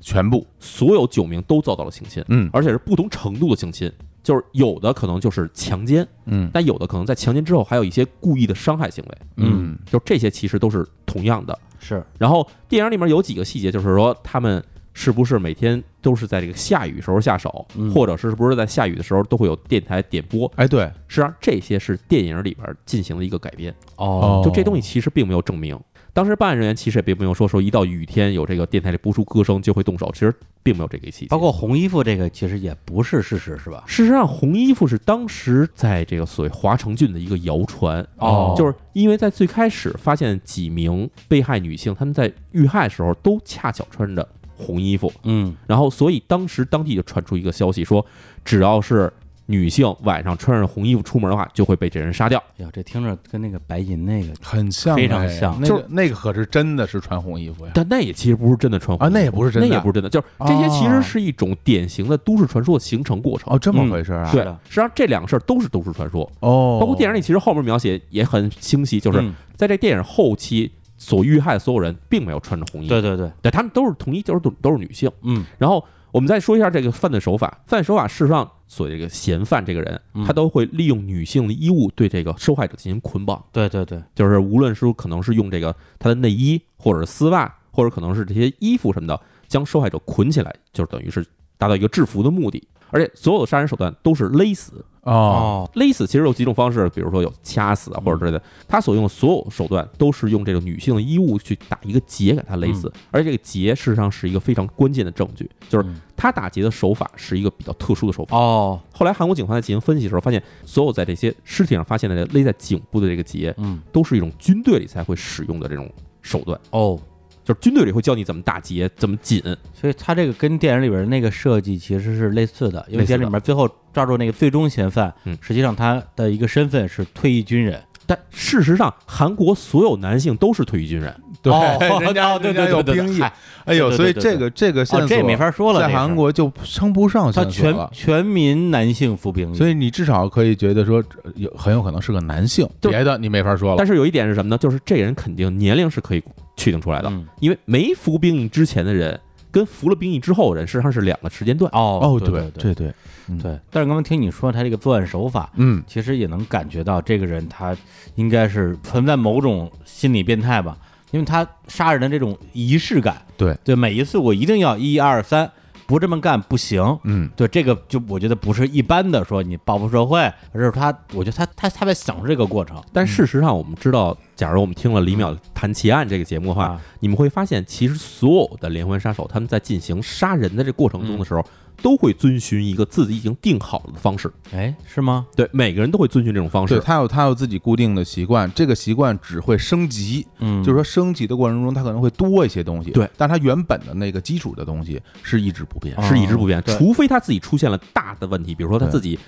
全部，
所有九名都遭到了性侵。
嗯
而且是不同程度的性侵，就是有的可能就是强奸，
嗯
但有的可能在强奸之后还有一些故意的伤害行为，
嗯
就这些其实都是同样的。
是，
然后电影里面有几个细节，就是说他们是不是每天都是在这个下雨时候下手，
嗯
或者是是不是在下雨的时候都会有电台点播，
哎，对，
实际上这些是电影里边进行了一个改编，
哦，
就这东西其实并没有证明。当时办案人员其实也并没有说说一到雨天有这个电台里播出歌声就会动手，其实并没有这个细节。
包括红衣服这个其实也不是事实，是吧？
事实上，红衣服是当时在这个所谓华城郡的一个谣传啊
哦
就是因为在最开始发现几名被害女性，她们在遇害时候都恰巧穿着红衣服，
嗯，
然后所以当时当地就传出一个消息说，只要是女性晚上穿上红衣服出门的话，就会被这人杀掉。
哟，哎这听着跟那个白银那个
很像，
非常
哎
像
那
就
个那个可是真的是穿红衣服呀，
但那也其实不是真的穿红衣服
啊那也不是真的
那也不是真的，就是这些其
哦
实是一种典型的都市传说的形成过程。
哦，这
嗯
么回事儿啊？
对
是的，
实际上这两个事儿都是都市传说，
哦，嗯
包括电影里其实后面描写也很清晰，就
就是
在这电影后期所遇害的所有人并没有穿着红衣服，
对对对，
对，他们都是统一，就是都都是女性。
嗯
然后我们再说一下这个犯罪手法，犯罪手法事实上所这个嫌犯这个人，
嗯
他都会利用女性的衣物对这个受害者进行捆绑，
对对对，
就是无论是可能是用这个他的内衣或者是丝袜，或者可能是这些衣服什么的，将受害者捆起来，就是等于是达到一个制服的目的。而且所有的杀人手段都是勒死，
哦，
勒死其实有几种方式，比如说有掐死啊或者之类的。他所用的所有手段都是用这个女性的衣物去打一个结给她勒死，而这个结事实上是一个非常关键的证据，就是
嗯
他打结的手法是一个比较特殊的手法。
哦，
后来韩国警方在进行分析的时候，发现所有在这些尸体上发现的这勒在颈部的这个结，
嗯
都是一种军队里才会使用的这种手段，
哦，
就是军队里会教你怎么打结，怎么紧。
所以它这个跟电影里边那个设计其实是类似的，因为
类似的
电影里面最后抓住那个最终嫌犯，
嗯
实际上他的一个身份是退役军人，
但事实上，韩国所有男性都是退役军人，
对，
哦
人家
哦对
人家
对
有
对对
兵役
嗨，
哎呦，
对对
所以
对
这个这个线
哦，
索
这没法说了，
在
这事儿
韩，国就称不上
他
线索
全
了，
全民男性服兵役，
所以你至少可以觉得说呃有很有可能是个男性，
就
别的你没法说了
但。是有一点是什么呢？就是这人肯定年龄是可以确定出来的，
嗯
因为没服兵役之前的人跟服了兵役之后的人，实际上是两个时间段。
哦
哦，
对对
对对，嗯
对，但是刚刚听你说他这个作案手法，
嗯，
其实也能感觉到这个人他应该是存在某种心理变态吧，因为他杀人的这种仪式感，
对
对，每一次我一定要一二三，不这么干不行。
嗯，
对，这个就我觉得不是一般的说你报复社会，而是他，我觉得他他他在享受这个过程
但事实上，我们知道，假如我们听了李淼谈奇案这个节目的话，
啊
你们会发现，其实所有的连环杀手他们在进行杀人的这过程中的时候，都会遵循一个自己已经定好了的方式。
哎，是吗？
对，每个人都会遵循这种方
对
式。
他有他有自己固定的习惯，这个习惯只会升级，
嗯，
就是说升级的过程中，他可能会多一些东西，
对，
但他原本的那个基础的东西是一直不变
哦。
是一直不变，
对
除非他自己出现了大的问题，比如说他
对
自己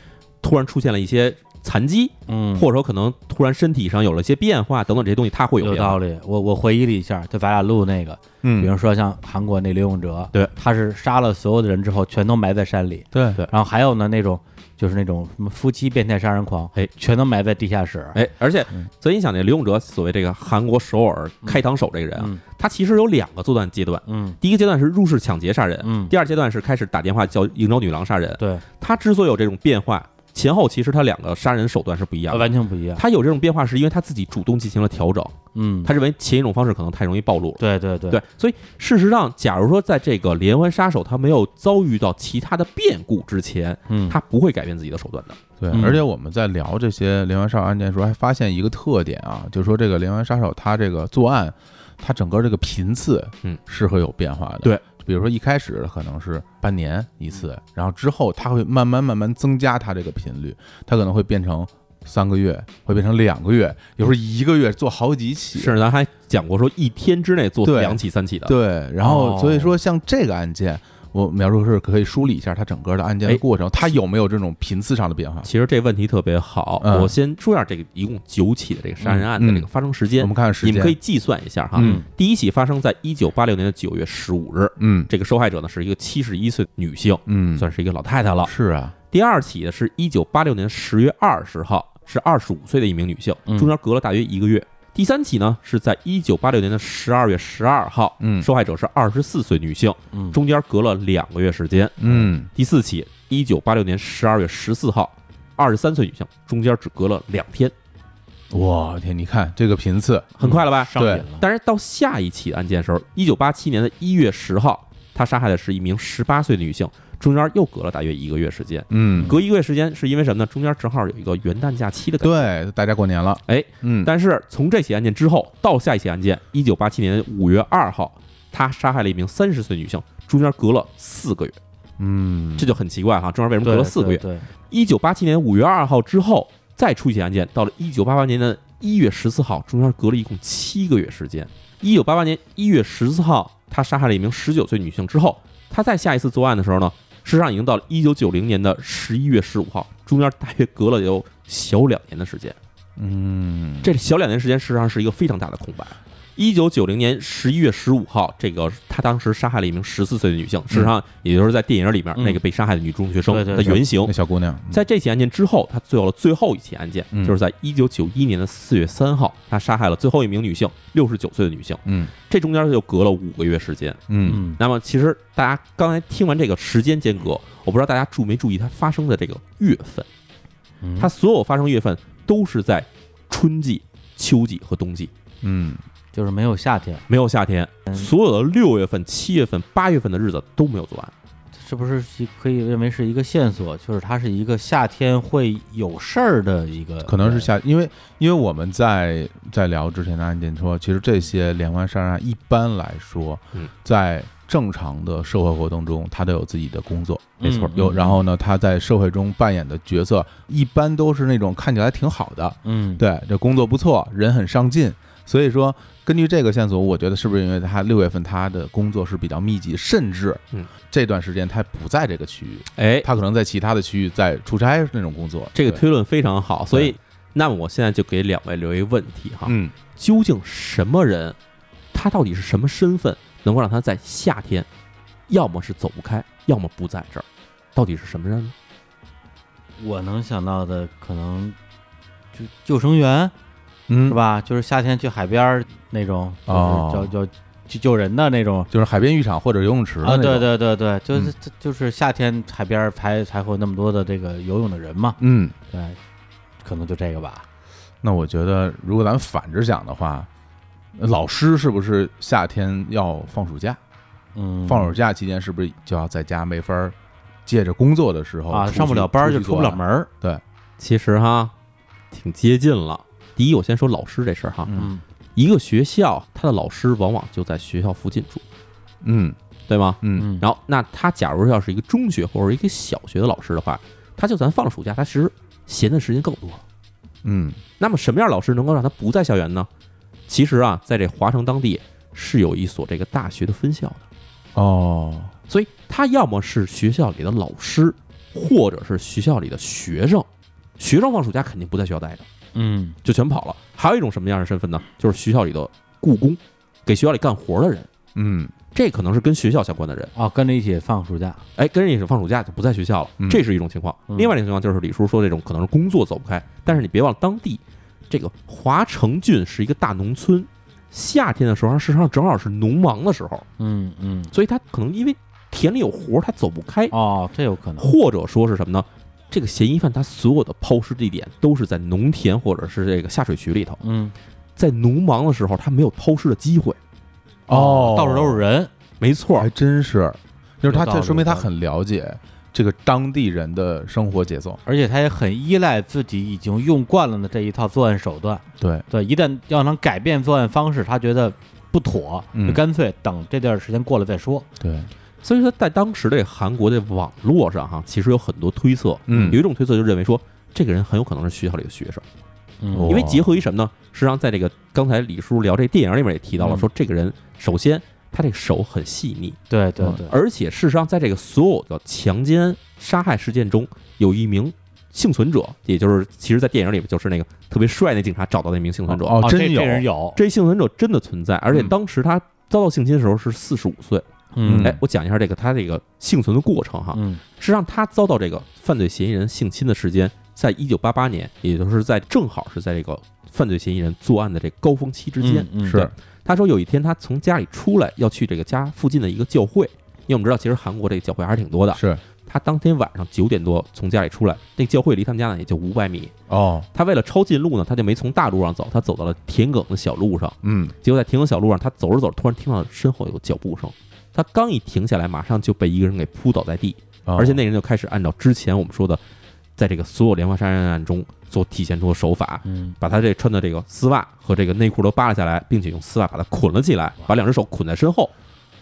突然出现了一些残疾，
嗯，
或者说可能突然身体上有了一些变化等等这些东西，他会
有
变化
道。理。我我回忆了一下，就咱俩录那个，比
嗯，
如说像韩国那刘永哲，
对，
他是杀了所有的人之后，全都埋在山里，
对
对
然后还有呢，那种就是那种什么夫妻变态杀人狂，
哎，
全都埋在地下室。
哎，而且
嗯，
所以你想，那刘永哲所谓这个韩国首尔开膛手这个人啊
嗯，
他其实有两个作案阶段。
嗯
第一个阶段是入室抢劫杀人，
嗯，
第二阶段是开始打电话叫应州女郎杀人。
对，
他之所以有这种变化，前后其实他两个杀人手段是不一样的。
完全不一样。
他有这种变化，是因为他自己主动进行了调整。
嗯，
他认为前一种方式可能太容易暴露了。
对对对
对，所以事实上，假如说在这个连环杀手他没有遭遇到其他的变故之前，
嗯，
他不会改变自己的手段的。
对，
嗯
而且我们在聊这些连环杀手案件的时候，还发现一个特点啊，就是说这个连环杀手他这个作案，他整个这个频次，
嗯，
是会有变化的。
对，嗯
比如说一开始可能是半年一次，然后之后他会慢慢慢慢增加他这个频率，他可能会变成三个月，会变成两个月，有时候一个月做好几起，
甚至咱还讲过说一天之内做
对
两起、三起的。
对，然后
哦
所以说像这个案件，我描述是可以梳理一下它整个的案件的
哎
过程，它有没有这种频次上的变化？
其实这问题特别好，
嗯
我先说一下这个一共九起的这个杀人案的这个发生时间，
我们看看时
你
间，
们可以计算一下哈。
嗯
第一起发生在一九八六年的九月十五日，
嗯
这个受害者呢是一个七十一岁的女性，
嗯，
算是一个老太太了。
是啊，
第二起呢是一九八六年十月二十号，是二十五岁的一名女性，
嗯
中间隔了大约一个月。第三起呢是在一九八六年的十二月十二号，
嗯
受害者是二十四岁女性，
嗯
中间隔了两个月时间。
嗯
第四起，一九八六年十二月十四号，二十三岁女性，中间只隔了两天，
我天，你看这个频次，
很快了吧？
嗯上瘾
对
了。
但是到下一起案件的时候，一九八七年的一月十号，他杀害的是一名十八岁的女性，中间又隔了大约一个月时间。
嗯，
隔一个月时间是因为什么呢？中间正好有一个元旦假期的感觉。
对，大家过年了，
哎，
嗯，
但是从这起案件之后到下一起案件，一九八七年五月二号，他杀害了一名三十岁女性，中间隔了四个月，
嗯，
这就很奇怪哈，中间为什么
对
隔了四个月？
对，对
一九八七年五月二号之后再出一起案件，到了一九八八年的一月十四号，中间隔了一共七个月时间。一九八八年一月十四号，他杀害了一名十九岁女性之后，他在下一次作案的时候呢，事实上已经到了一九九零年的十一月十五号，中间大约隔了有小两年的时间。
嗯，
这小两年时间实际上是一个非常大的空白。一九九零年十一月十五号，这个他当时杀害了一名十四岁的女性，事实上也就是在电影里面
嗯
那个被杀害的女中学生
对对
的
对
原型
那。小姑娘，
在这起案件之后，他最后了最后一起案件，
嗯
就是在一九九一年的四月三号，他杀害了最后一名女性，六十九岁的女性。
嗯
这中间就隔了五个月时间。
嗯
嗯，
那么，其实大家刚才听完这个时间间隔，我不知道大家注没注意它发生的这个月份，
嗯
它所有发生月份都是在春季、秋季和冬季，
嗯
就是没有夏天，
没有夏天。所有的六月份、七月份、八月份的日子都没有作案。
是不是一可以认为是一个线索？就是它是一个夏天会有事儿的一个，
可能是夏，因为因为我们在在聊之前的案件说，其实这些连环杀人案一般来说
嗯，
在正常的社会活动中，他都有自己的工作，
没错
有然后呢，他在社会中扮演的角色一般都是那种看起来挺好的，
嗯，
对，这工作不错，人很上进，所以说根据这个线索，我觉得是不是因为他六月份他的工作是比较密集，甚至
嗯
这段时间他不在这个区域，
哎，
他可能在其他的区域在出差那种工作，
这个
对
推论非常好。所以，那么我现在就给两位留一个问题哈：
嗯
究竟什么人，他到底是什么身份，能够让他在夏天，要么是走不开，要么不在这儿？到底是什么人呢？
我能想到的可能就救生员
嗯
是？吧？就是夏天去海边儿那种，
哦
就是叫叫去救人的那种。
就是海边浴场或者游泳池的
啊，
那种嗯
对，对对对，就是、这就是夏天海边儿才才会有那么多的这个游泳的人嘛，
嗯，
对，可能就这个吧。
那我觉得如果咱们反着想的话。老师是不是夏天要放暑假？
嗯，
放暑假期间是不是就要在家没法儿借着工作的时候
啊，
出去
上不了班儿就
去啊
出不
作
了
案
门儿。
其实哈，挺接近了。第一，我先说老师这事儿哈，
嗯
嗯
一个学校他的老师往往就在学校附近住，
嗯
对吗？
嗯
嗯，
然后，那他假如要是一个中学或者一个小学的老师的话，他就算放了暑假，他其实闲的时间更多。
嗯
那么，什么样的老师能够让他不在校园呢？其实啊，在这华城当地是有一所这个大学的分校的，
哦，
所以他要么是学校里的老师，或者是学校里的学生。学生放暑假肯定不在学校待着。
嗯
就全跑了。还有一种什么样的身份呢？就是学校里的雇工，给学校里干活的人，
嗯
这可能是跟学校相关的人。
哦，跟着一起放暑假。
哎，跟人一起放暑假就不在学校了，
嗯
这是一种情况。
嗯
另外一种情况就是李叔说这种可能是工作走不开，但是你别忘了当地这个华城郡是一个大农村，夏天的时候事实上正好是农忙的时候，
嗯嗯，
所以他可能因为田里有活儿他走不开，
哦，这有可能。
或者说是什么呢？这个嫌疑犯他所有的抛尸地点都是在农田或者是这个下水渠里头。
嗯，
在农忙的时候，他没有抛尸的机会。
哦
哦
哎
到处都是人。
没错
还，真是，就是他
有道
这
理
说明他
有道理
很了解这个当地人的生活节奏。
而且他也很依赖自己已经用惯了的这一套作案手段。
对，
对，一旦要能改变作案方式，他觉得不妥，
嗯
就干脆等这段时间过了再说。
对，
所以说在当时的韩国的网络上哈，其实有很多推测，
嗯
有一种推测就认为说，这个人很有可能是学校里的学生，
嗯
哦
因为结合于什么呢？实际上，在这个刚才李叔聊这电影里面也提到了，
嗯
说这个人首先他这个手很细腻，
对对
嗯
对，
而且事实上在这个所有的强奸杀害事件中，有一名幸存者，也就是其实，在电影里面就是那个特别帅那警察找到那名幸存者，
哦，
哦，这
真
这人
有，
有，
这幸存者真的存在，而且
嗯
当时他遭到性侵的时候是四十五岁。
嗯
哎，我讲一下这个他这个幸存的过程哈。
啊
嗯
实际上，他遭到这个犯罪嫌疑人性侵的时间，在一九八八年，也就是在正好是在这个犯罪嫌疑人作案的这高峰期之间。
嗯嗯
是，
他说有一天他从家里出来，要去这个家附近的一个教会，因为我们知道其实韩国这个教会还是挺多的。
是
他当天晚上九点多从家里出来，那个教会离他们家呢也就五百米。
哦，
他为了抄近路呢，他就没从大路上走，他走到了田埂的小路上。
嗯
结果在田埂小路上，他走着走着，突然听到身后有脚步声。他刚一停下来，马上就被一个人给扑倒在地，
哦，
而且那人就开始按照之前我们说的，在这个所有连环杀人案中所体现出的手法，
嗯
把他这穿的这个丝袜和这个内裤都扒拉下来，并且用丝袜把他捆了起来，把两只手捆在身后。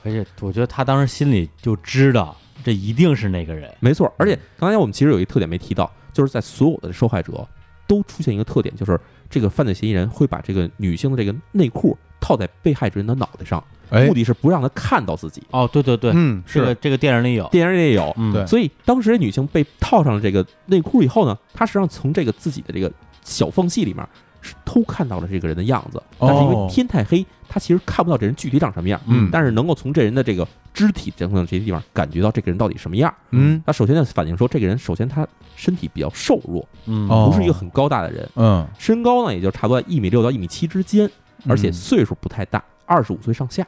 而且我觉得他当时心里就知道这一定是那个人。
没错，而且刚才我们其实有一特点没提到，就是在所有的受害者都出现一个特点，就是这个犯罪嫌疑人会把这个女性的这个内裤套在被害人的脑袋上，
哎
目的是不让他看到自己。
哦，对对对，
嗯，
这个
是
这个电影里有，
电影里也有，
嗯，
对
所以当时这女性被套上这个内裤以后呢，她实际上从这个自己的这个小缝隙里面是偷看到了这个人的样子，但是因
哦
为天太黑，她其实看不到这人具体长什么样，
嗯
但是能够从这人的这个肢体等等这些地方感觉到这个人到底什么样。
嗯
那首先呢，反映说这个人首先他身体比较瘦弱，
嗯
哦
不是一个很高大的人，
嗯，
身高呢也就差不多一米六到一米七之间，而且
嗯
岁数不太大，二十五岁上下，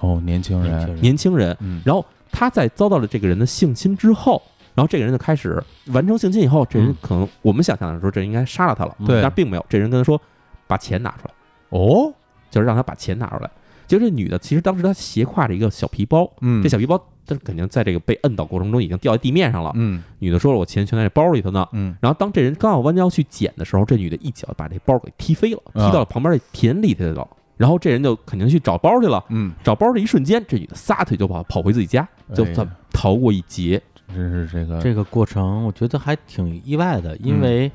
哦，年轻
年
人，
轻人
年轻人。
嗯
然后他在遭到了这个人的性侵之后，然后这个人就开始完成性侵以后，这人
嗯
可能我们想象的时候，这人应该杀了他了，
嗯
对
但是并没有。这人跟他说把钱拿出来，
哦，
就是让他把钱拿出来。结果这女的其实当时她斜挎着一个小皮包，
嗯，
这小皮包她肯定在这个被摁倒过程中已经掉在地面上了。
嗯
女的说了：“我钱全在这包里头呢。”
嗯
然后当这人刚要弯腰去捡的时候，这女的一脚把这包给踢飞了，踢
啊
到了旁边的田里去了。然后这人就肯定去找包去了。
嗯，
找包的一瞬间，这女的撒腿就跑，跑回自己家，就
哎呀
算逃过一劫。
真是这个，
这个过程，我觉得还挺意外的，
嗯
因为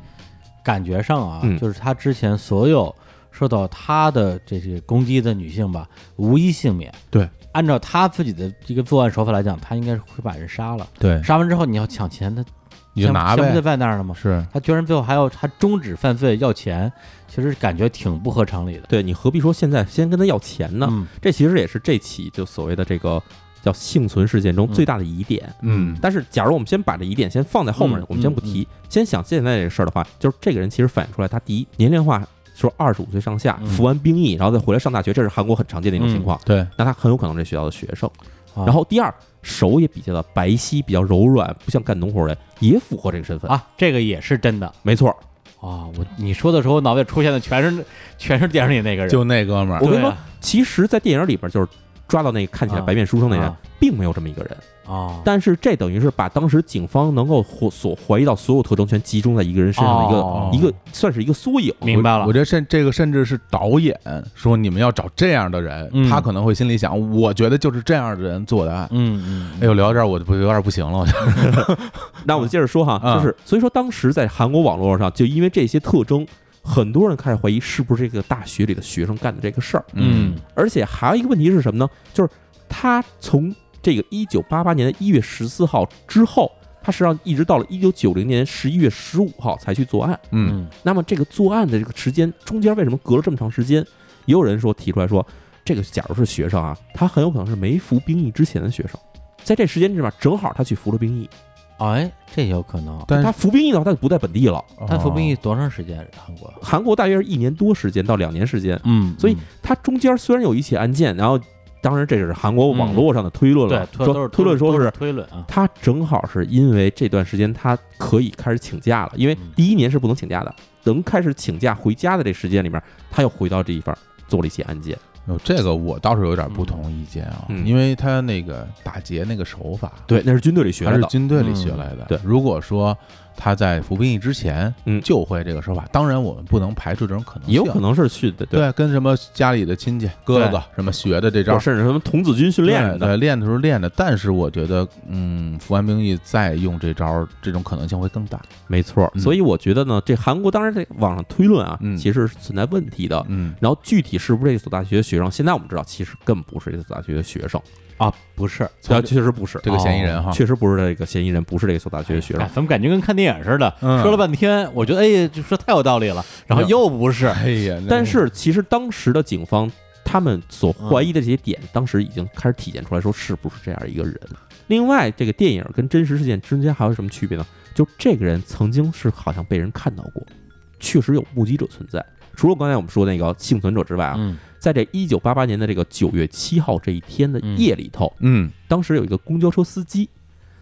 感觉上啊，
嗯
就是他之前所有受到他的这些攻击的女性吧，无一幸免。
对，
按照他自己的这个作案手法来讲，他应该是会把人杀了，
对，
杀完之后你要抢钱，他
你就
钱
拿
钱不就
呗，
在那儿了吗？
是，
他居然最后还要他终止犯罪要钱，其实感觉挺不合常理的。
对你何必说现在先跟他要钱呢？
嗯
这其实也是这起就所谓的这个叫幸存事件中
嗯
最大的疑点。
嗯
但是，假如我们先把这疑点先放在后面，
嗯
我们先不提，先想现在这个事儿的话，就是这个人其实反映出来，他第一年龄化说二十五岁上下，
嗯
服完兵役然后再回来上大学，这是韩国很常见的一种情况。
对，
那他很有可能是这学校的学生。
啊
然后第二，手也比较的白皙，比较柔软，不像干农活人，也符合这个身份。
啊，这个也是真的啊、啊
没错，
我你说的时候，我脑袋里出现的全是全是电影里那个人。
就那哥们儿
我，跟你
对
说
啊，
其实，在电影里边就是抓到那个看起来
啊
白面书生那人
啊，
并没有这么一个人。
啊，
但是这等于是把当时警方能够所所怀疑到所有特征全集中在一个人身上的一个、
哦
一个算是一个缩影。
明白了
我。觉得甚这个甚至是导演说你们要找这样的人，
嗯
他可能会心里想，我觉得就是这样的人做的案。
嗯嗯，
哎呦，聊到这儿我就不有点不行了，我就
那我接着说哈，
嗯
啊
就是所以说当时在韩国网络上，就因为这些特征，很多人开始怀疑是不是这个大学里的学生干的这个事儿。
嗯
而且还有一个问题是什么呢？就是他从这个一九八八年的一月十四号之后，他实际上一直到了一九九零年十一月十五号才去作案。
嗯
嗯
那么这个作案的这个时间中间为什么隔了这么长时间？也有人说提出来说，这个假如是学生啊，他很有可能是没服兵役之前的学生，在这时间里面正好他去服了兵役，
哎，这也有可能。
但
他服兵役的话他就不在本地了。
他服兵役多长时间？韩国？
韩国大约是一年多时间到两年时间，
嗯
嗯所以他中间虽然有一起案件，然后当然这是韩国网络上的推论
对
了，
推都
说
是
推论说
都
是
是推论啊。
他正好是因为这段时间他可以开始请假了，因为
嗯
第一年是不能请假的，等开始请假回家的这时间里面，他又回到这一方做了一起案件。
哟，这个我倒是有点不同意见啊，
嗯
因为他那个打劫那个手法，
对，那是军队里学
还
来
是
的。
军队里学来的。
对
如果说他在服兵役之前，
嗯
就会这个手法，当然我们不能排除这种可能性，
也有可能是去的，对，
对，跟什么家里的亲戚、哥哥什么学的这招
或者。甚至什么童子军训练什么
对
的，
对练的时候练的，但是我觉得，嗯，服完兵役再用这招，这种可能性会更大。
没错。
嗯
所以我觉得呢，这韩国当然这网上推论啊
嗯，
其实是存在问题的。
嗯，
然后具体是不是这所大学的学生，现在我们知道其实更不是这所大学的学生，
啊，不是，
啊，确实不是，
这个啊嫌疑人哈，
确实不是这个嫌疑人，不是这所大学的学生
哎。怎么感觉跟看电影似的？
嗯
说了半天，我觉得哎，就说太有道理了，然后又不是。
哎呀，那
但是其实当时的警方他们所怀疑的这些点，当时已经开始体现出来说是不是这样一个人。另外，这个电影跟真实事件之间还有什么区别呢？就这个人曾经是好像被人看到过，确实有目击者存在。除了刚才我们说那个幸存者之外啊，
嗯
在这一九八八年的这个九月七号这一天的夜里头，
嗯
当时有一个公交车司机，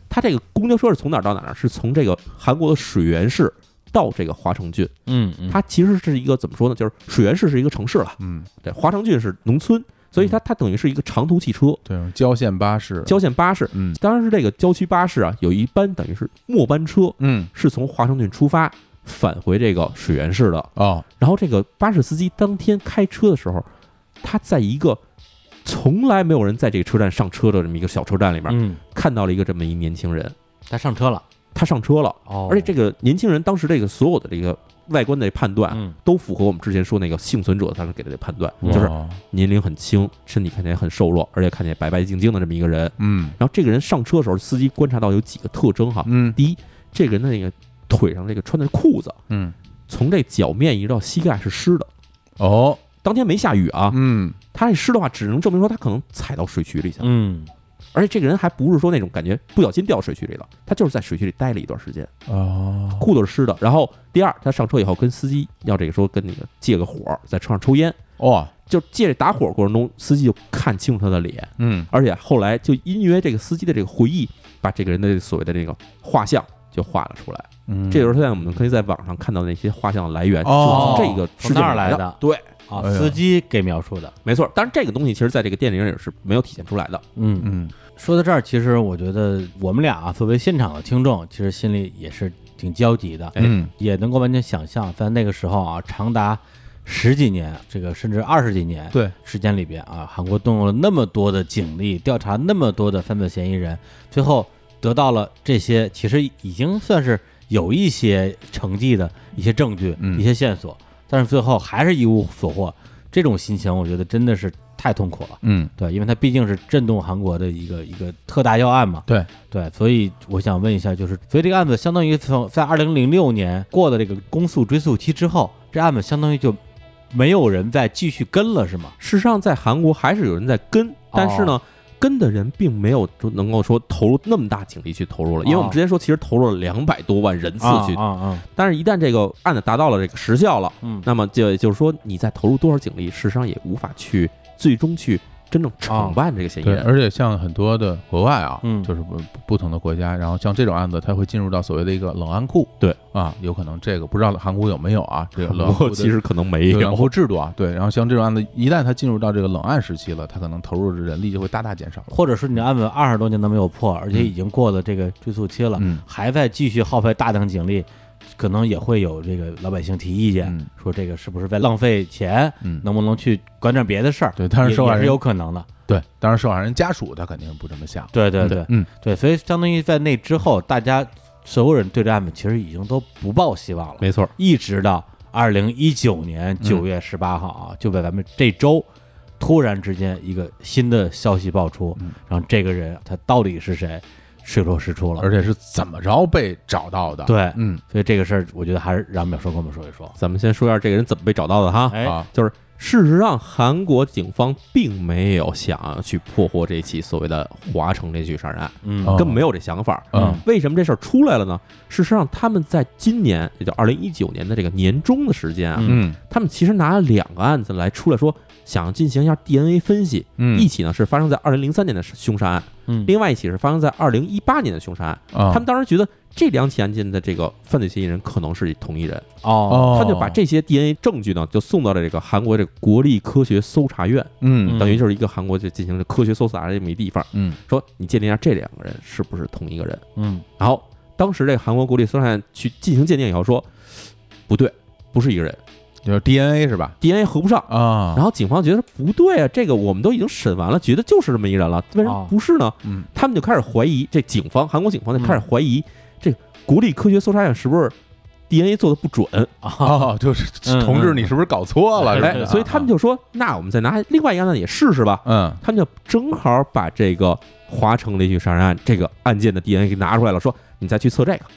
他这个公交车是从哪儿到哪儿呢？是从这个韩国的水源市到这个华城郡。
嗯嗯，
它其实是一个怎么说呢？就是水源市是一个城市了，
嗯，
对，华城郡是农村，所
嗯
以它它等于是一个长途汽车
对，郊县巴士，
郊县巴士。
嗯
当然是这个郊区巴士啊，有一班等于是末班车，
嗯，
是从华盛顿出发返回这个水源市的。
哦，
然后这个巴士司机当天开车的时候，他在一个从来没有人在这个车站上车的这么一个小车站里面，
嗯，
看到了一个这么一年轻人，
他上车了
他上车了。
哦
而且这个年轻人当时这个所有的这个外观的判断啊
嗯
都符合我们之前说那个幸存者当时给的这判断，就是
哦
年龄很轻，身体看起来很瘦弱，而且看起来白白净净的这么一个人。
嗯
然后这个人上车的时候，司机观察到有几个特征哈，
嗯
第一，这个人的那个腿上这个穿的裤子，
嗯
从这脚面一直到膝盖是湿的。
哦
当天没下雨啊，
嗯
他这湿的话，只能证明说他可能踩到水渠里去了。
嗯，
而且这个人还不是说那种感觉不小心掉水渠里了，他就是在水渠里待了一段时间，
哦
裤子是湿的。然后第二，他上车以后跟司机要这个说跟那个借个火，在车上抽烟，
哦
就借着打火过程中，司机就看清楚他的脸，
嗯
而且后来就因为这个司机的这个回忆，把这个人的所谓的这个画像就画了出来。
嗯
这就是现在我们可以在网上看到的那些画像的来源，
哦
就是从这个事
从
件
那儿来
的。
的
对，
啊，
哎呀
司机给描述的，
没错。但是这个东西其实在这个电影里是没有体现出来的。
嗯
嗯
说到这儿，其实我觉得我们俩、啊、作为现场的听众，其实心里也是挺焦急的，
嗯
也能够完全想象，在那个时候啊，长达十几年，这个甚至二十几年
对
时间里边啊，韩国动用了那么多的警力，调查那么多的犯罪嫌疑人，最后得到了这些其实已经算是有一些成绩的一些证据、
嗯
一些线索，但是最后还是一无所获，这种心情我觉得真的是太痛苦了。
嗯
对，因为它毕竟是震动韩国的一个一个特大要案嘛。
对
对，所以我想问一下，就是所以这个案子相当于从在二零零六年过了这个公诉追诉期之后，这案子相当于就没有人再继续跟了，是吗？
事实上，在韩国还是有人在跟，但是呢，跟的人并没有说能够说投入那么大警力去投入了，因为我们之前说其实投入了两百多万人次
啊
去，
啊啊，
但是一旦这个案子达到了这个时效了，
嗯，
那么就就是说你再投入多少警力，事实上也无法去最终去真正
啊
惩办这个嫌疑
对，
人。
而且像很多的国外啊，
嗯
就是不不同的国家，然后像这种案子，它会进入到所谓的一个冷案库，
对
啊，有可能这个不知道韩国有没有啊， 这个冷
不
案
过
库
其实可能没
有冷
有
案，库制度啊，对，然后像这种案子，一旦它进入到这个冷案时期了，它可能投入的人力就会大大减少了，
或者是你的案子二十多年都没有破，而且已经过了这个追诉期了，
嗯
还在继续耗费大量警力，可能也会有这个老百姓提意见，
嗯
说这个是不是在浪费钱，
嗯，
能不能去管点别的事儿？
对，当然
也
受害
也是
人
有可能的。
对，当然受害人家属他肯定不这么想，
对对对，
嗯
对，所以相当于在那之后，大家所有人对这案子其实已经都不抱希望了，
没错。
一直到二零一九年九月十八号啊，就在咱们这周，突然之间一个新的消息爆出，
嗯
然后这个人他到底是谁，水落石出了。
而且是怎么着被找到的，，
对，
嗯
所以这个事儿，我觉得还是让淼叔跟我们说一说。
咱们先说一下这个人怎么被找到的哈。
哎，
啊，
就是事实上，韩国警方并没有想要去破获这起所谓的华城这起杀人案，
嗯，
哦
根本没有这想法。
嗯
为什么这事儿出来了呢？事实上，他们在今年，也就二零一九年的这个年中的时间啊，
嗯
他们其实拿了两个案子来出来说，想进行一下 DNA 分析。
嗯，
一起呢是发生在二零零三年的凶杀案，
嗯，哦
另外一起是发生在二零一八年的凶杀案。
啊，
他们当时觉得这两起案件的这个犯罪嫌疑人可能是同一人，
哦，
哦，
他就把这些 DNA 证据呢就送到了这个韩国这个国立科学搜查院，
嗯
嗯
等于就是一个韩国就进行了科学搜查的这么一地方，
嗯
说你鉴定一下这两个人是不是同一个人。
嗯，
然后当时这个韩国国立搜查院去进行鉴定以后说，不对，不是一个人
就是 DNA 是吧？
，DNA 合不
哦
上。
啊，
然后警方觉得不对啊，这个我们都已经审完了，觉得就是这么一人了，为什么
哦
不是呢？
嗯
他们就开始怀疑，这警方韩国警方就开始怀疑，这国立科学搜查院是不是 DNA 做的不准？
哦，就是
嗯
同志，
嗯
你是不是搞错了？
嗯
啊是
对
吧
对
哎，所以他们就说，那我们再拿另外一案子也试试吧。
嗯
他们就正好把这个华城连续杀人案这个案
嗯
件的 DNA 给拿出来了，说你再去测这个。
啊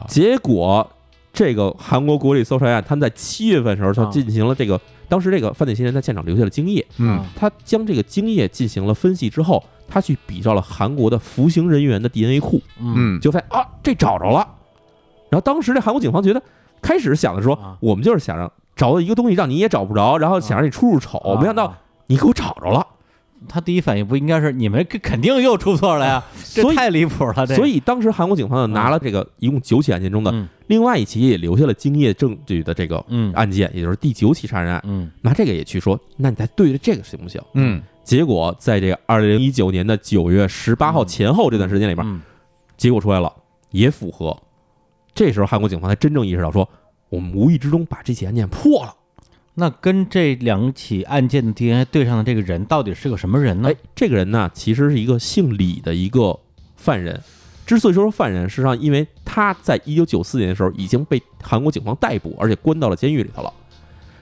哇，
结果，这个韩国国立搜查院他们在七月份的时候，就
啊
进行了这个，当时这个犯罪嫌疑人在现场留下了精液，
嗯
他将这个精液进行了分析之后，他去比照了韩国的服刑人员的 DNA 库，
嗯
嗯，
就发现啊，这找着了。然后当时这韩国警方觉得，开始想的说
啊，
我们就是想让找到一个东西让你也找不着，然后想让你出出丑，没想到
啊
你给我找着了。
他第一反应不应该是你们肯肯定又出错了呀，这
所以
太离谱了，这个
所以当时韩国警方呢拿了这个一共九起案件中的
嗯
另外一起也留下了精液证据的这个
嗯
案件，也就是第九起杀人案，
嗯
拿这个也去说，那你再对着这个行不行？
嗯
结果在这个二零一九年的九月十八号前后这段时间里面，
嗯
结果出来了，也符合。这时候韩国警方才真正意识到说，我们无意之中把这起案件破了。
那跟这两起案件的 DNA 对上的这个人到底是个什么人呢
哎？，这个人呢，其实是一个姓李的一个犯人。之所以说是犯人，事实际上因为他在一九九四年的时候已经被韩国警方逮捕，而且关到了监狱里头了。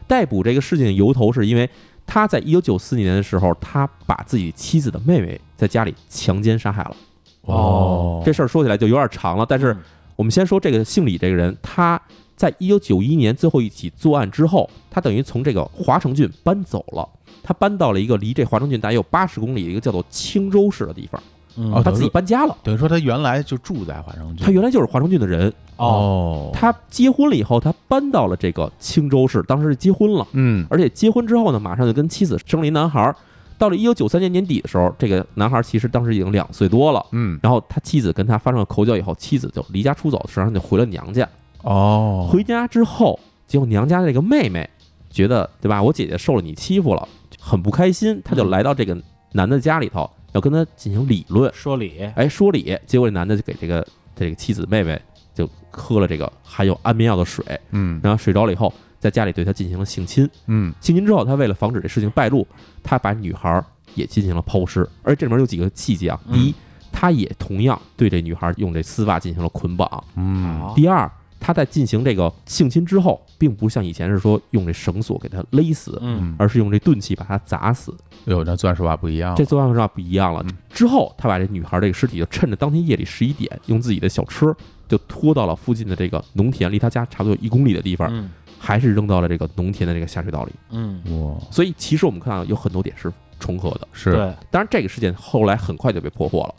逮捕这个事情的由头是因为他在一九九四年的时候，他把自己妻子的妹妹在家里强奸杀害了。
哦
这事儿说起来就有点长了，但是
嗯
我们先说这个姓李这个人，他在一九九一年最后一起作案之后，他等于从这个华城郡搬走了，他搬到了一个离这华城郡大约有八十公里的一个叫做青州市的地方，
嗯
哦
他自己搬家了。
等于说他原来就住在华盛顿，
他原来就是华城郡的人，
哦，
哦，
他结婚了以后，他搬到了这个青州市，当时是结婚了，
嗯
而且结婚之后呢，马上就跟妻子生了一男孩儿。到了一九九三年年底的时候，这个男孩儿其实当时已经两岁多了，
嗯
然后他妻子跟他发生了口角以后，妻子就离家出走，实际上就回了娘家。
哦，
回家之后，结果娘家的这个妹妹觉得，对吧？我姐姐受了你欺负了，就很不开心，她就来到这个男的家里头，要跟他进行理论，
说理，
哎，说理。结果这男的就给这个这个妻子妹妹就喝了这个含有安眠药的水，
嗯
然后睡着了以后，在家里对她进行了性侵。
嗯
性侵之后，他为了防止这事情败露，他把女孩儿也进行了抛尸。而这里面有几个细节啊，
嗯
第一，他也同样对这女孩用这丝袜进行了捆绑；
嗯，
第二，他在进行这个性侵之后，并不像以前是说用这绳索给她勒死，
嗯，哦
而是用这钝器把她砸死。
有那钻石吧不一样了，
这做法不一样了
嗯。
之后，他把这女孩这个尸体就趁着当天夜里十一点，用自己的小车就拖到了附近的这个农田，离他家差不多有一公里的地方，
嗯
还是扔到了这个农田的这个下水道里。
嗯，
哇
所以其实我们看到有很多点是重合的。
是
对，
当然，这个事件后来很快就被破获了。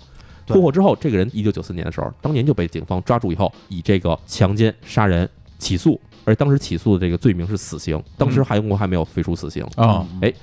对
破获之后，这个人一九九四年的时候，当年就被警方抓住以后，以这个强奸、杀人起诉，而当时起诉的这个罪名是死刑。当时韩国还没有废除死刑，
啊
嗯
哎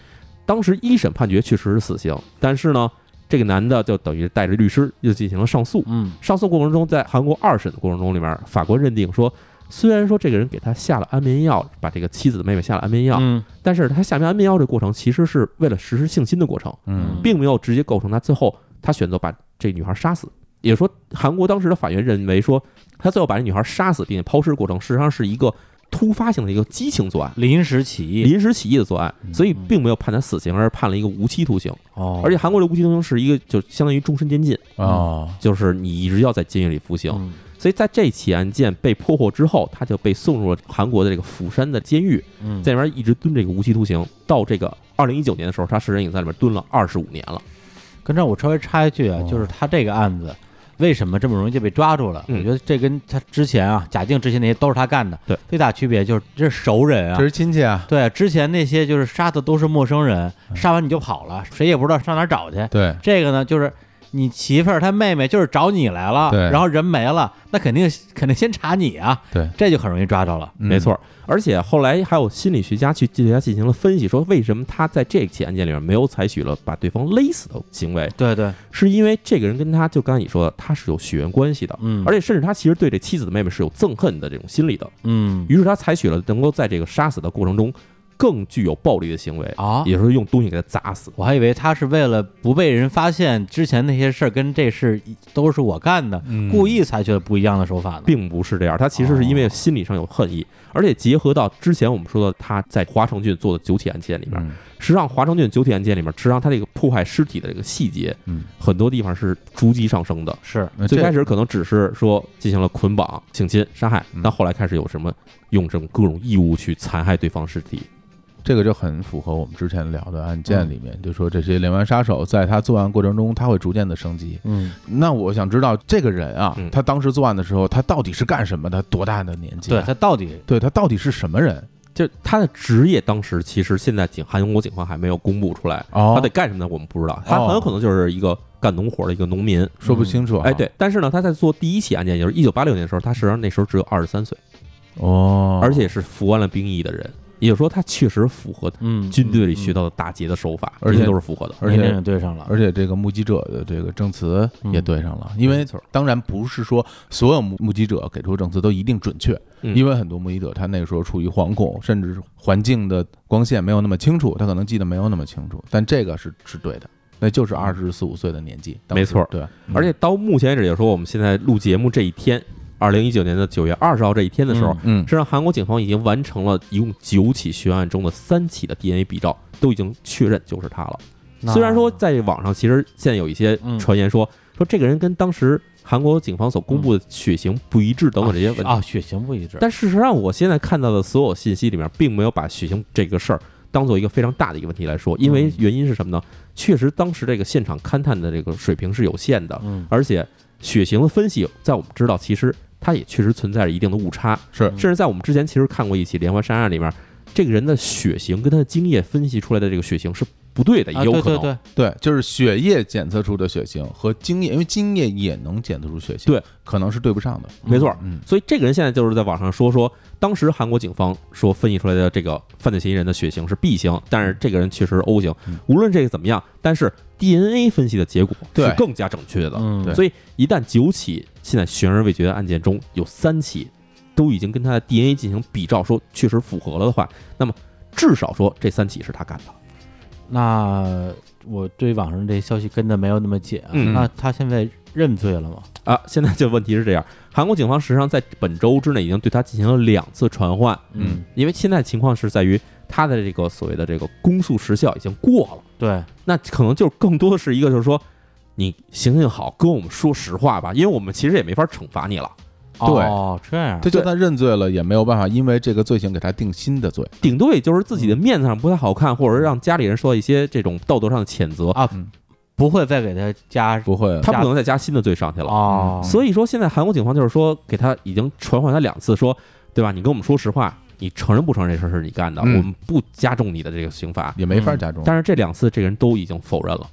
当时一审判决确实是死刑，但是呢，这个男的就等于带着律师又进行了上诉。
嗯
上诉过程中，在韩国二审的过程中里面，法官认定说，虽然说这个人给他下了安眠药，把这个妻子的妹妹下了安眠药，
嗯
但是他下面安眠药这过程其实是为了实施性侵的过程，
嗯
并没有直接构成他最后他选择把这女孩杀死。也就是说，韩国当时的法院认为说，他最后把这女孩杀死并且抛尸过程，实际上是一个突发性的一个激情作案、
临时起义，
临时起义的作案，
嗯
所以并没有判他死刑，而是判了一个无期徒刑。
哦
而且韩国的无期徒刑是一个就相当于终身监禁，
哦，
就是你一直要在监狱里服刑。
嗯
所以在这起案件被破获之后，他就被送入了韩国的这个釜山的监狱。
嗯，
在里面一直蹲这个无期徒刑，到这个二零一九年的时候，他实人已经在里面蹲了二十五年了。
跟这儿我稍微插一句啊，
哦
就是他这个案子为什么这么容易就被抓住了？
嗯
我觉得这跟他之前啊，贾静之前那些都是他干的，
对，
最大区别就是这是熟人啊
这。是亲戚啊，
对，之前那些就是杀的都是陌生人，杀完你就跑了，谁也不知道上哪儿找去。
对，
这个呢，就是你媳妇儿她妹妹就是找你来了，
对
然后人没了，那肯定肯定先查你啊，
对，
这就很容易抓着了。
嗯
没错儿，而且后来还有心理学家去对他进行了分析，说为什么他在这起案件里面没有采取了把对方勒死的行为，
对对，
是因为这个人跟他就刚才你说的，他是有血缘关系的，
嗯，
而且甚至他其实对这妻子的妹妹是有憎恨的这种心理的，
嗯
于是他采取了能够在这个杀死的过程中更具有暴力的行为，
啊，
也就是用东西给他砸死。
我还以为他是为了不被人发现之前那些事儿跟这事都是我干的，
嗯
故意采取了不一样的手法呢。
并不是这样，他其实是因为心理上有恨意，而且结合到之前我们说的他在华城郡做的九起案件里面，
嗯
实际上华城郡九起案件里面，实际上他这个破坏尸体的这个细节，
嗯，
很多地方是逐级上升的。
是，
那
最
这
开始可能只是说进行了捆绑、性侵、杀害
嗯，
但后来开始有什么用这种各种异物去残害对方尸体。
这个就很符合我们之前聊的案件里面，就说这些连环杀手在他作案过程中，他会逐渐的升级。
嗯，
那我想知道这个人啊，
嗯
他当时作案的时候，他到底是干什么的？多大的年纪
对
啊、
他到底
对他到底是什么人？
就他的职业，当时其实现在警韩国警方还没有公布出来，
哦
他得干什么呢？我们不知道，他很有可能就是一个干农活的一个农民。
说不清楚、啊
哎，，对，但是呢，他在做第一起案件，也就是一九八六年的时候，他实际上那时候只有二十三岁，
哦，
而且是服完了兵役的人，也就是说他确实符合
嗯
军队里学到的打劫的手法，
嗯嗯
这些都是符合的。
而
年龄
且
也对上了，
而且这个目击者的这个证词也对上了，
嗯
因
没
为
错
当然不是说所有目目击者给出证词都一定准确，
嗯
因为很多目击者他那个时候处于惶恐，甚至是环境的光线没有那么清楚，他可能记得没有那么清楚，但这个是是对的，那就是二十四五岁的年纪，当时
没错
对，嗯
而且到目前为止，也就是说我们现在录节目这一天，二零一九年的九月二十号这一天的时候，
嗯
实际上韩国警方已经完成了一共九起悬案中的三起的 DNA 比照，都已经确认就是他了。
嗯那
虽然说在网上其实现在有一些
嗯
传言说、说这个人跟当时韩国警方所公布的血型不一致等等这些问题。
啊，血型不一致，
但事实上，我现在看到的所有信息里面，并没有把血型这个事儿当做一个非常大的一个问题来
嗯
说，因为原因是什么呢？确实，当时这个现场勘探的这个水平是有限的，
嗯，
而且血型的分析，在我们知道，其实它也确实存在着一定的误差，
是
嗯
甚至在我们之前其实看过一起连环杀人案里面，这个人的血型跟他的精液分析出来的这个血型是不对的，也
啊
有
对
可能。
对对，
对，就是血液检测出的血型和精液，因为精液也能检测出血型，
对，
可能是对不上的。
没错
嗯，
所以这个人现在就是在网上说说，当时韩国警方说分析出来的这个犯罪嫌疑人的血型是 B 型，但是这个人确实是 O 型
嗯。
无论这个怎么样，但是 DNA 分析的结果
对
是更加正确的。
嗯，
对
所以一旦九起现在悬而未决的案件中有三起都已经跟他的 DNA 进行比照，说确实符合了的话，那么至少说这三起是他干的。
那我对网上这消息跟的没有那么紧啊，
嗯
那他现在认罪了吗？
啊，现在这问题是这样，韩国警方实际上在本周之内已经对他进行了两次传唤，
嗯
因为现在情况是在于他的这个所谓的这个公诉时效已经过了，
对，
那可能就更多的是一个就是说，你行行好，跟我们说实话吧，因为我们其实也没法惩罚你了，
哦，这样，
这就算认罪了，也没有办法，因为这个罪行给他定新的罪。
顶多也就是自己的面子上不太好看，或者是让家里人受到一些这种道德上的谴责，
啊
嗯，
不会再给他加
不会，
他不能再加新的罪上去了。
哦，
所以说，现在韩国警方就是说，给他已经传唤他两次，说，对吧？你跟我们说实话，你承认不承认这事儿是你干的？
嗯
我们不加重你的这个刑罚。
也没法加重。
但是这两次，这个人都已经否认了。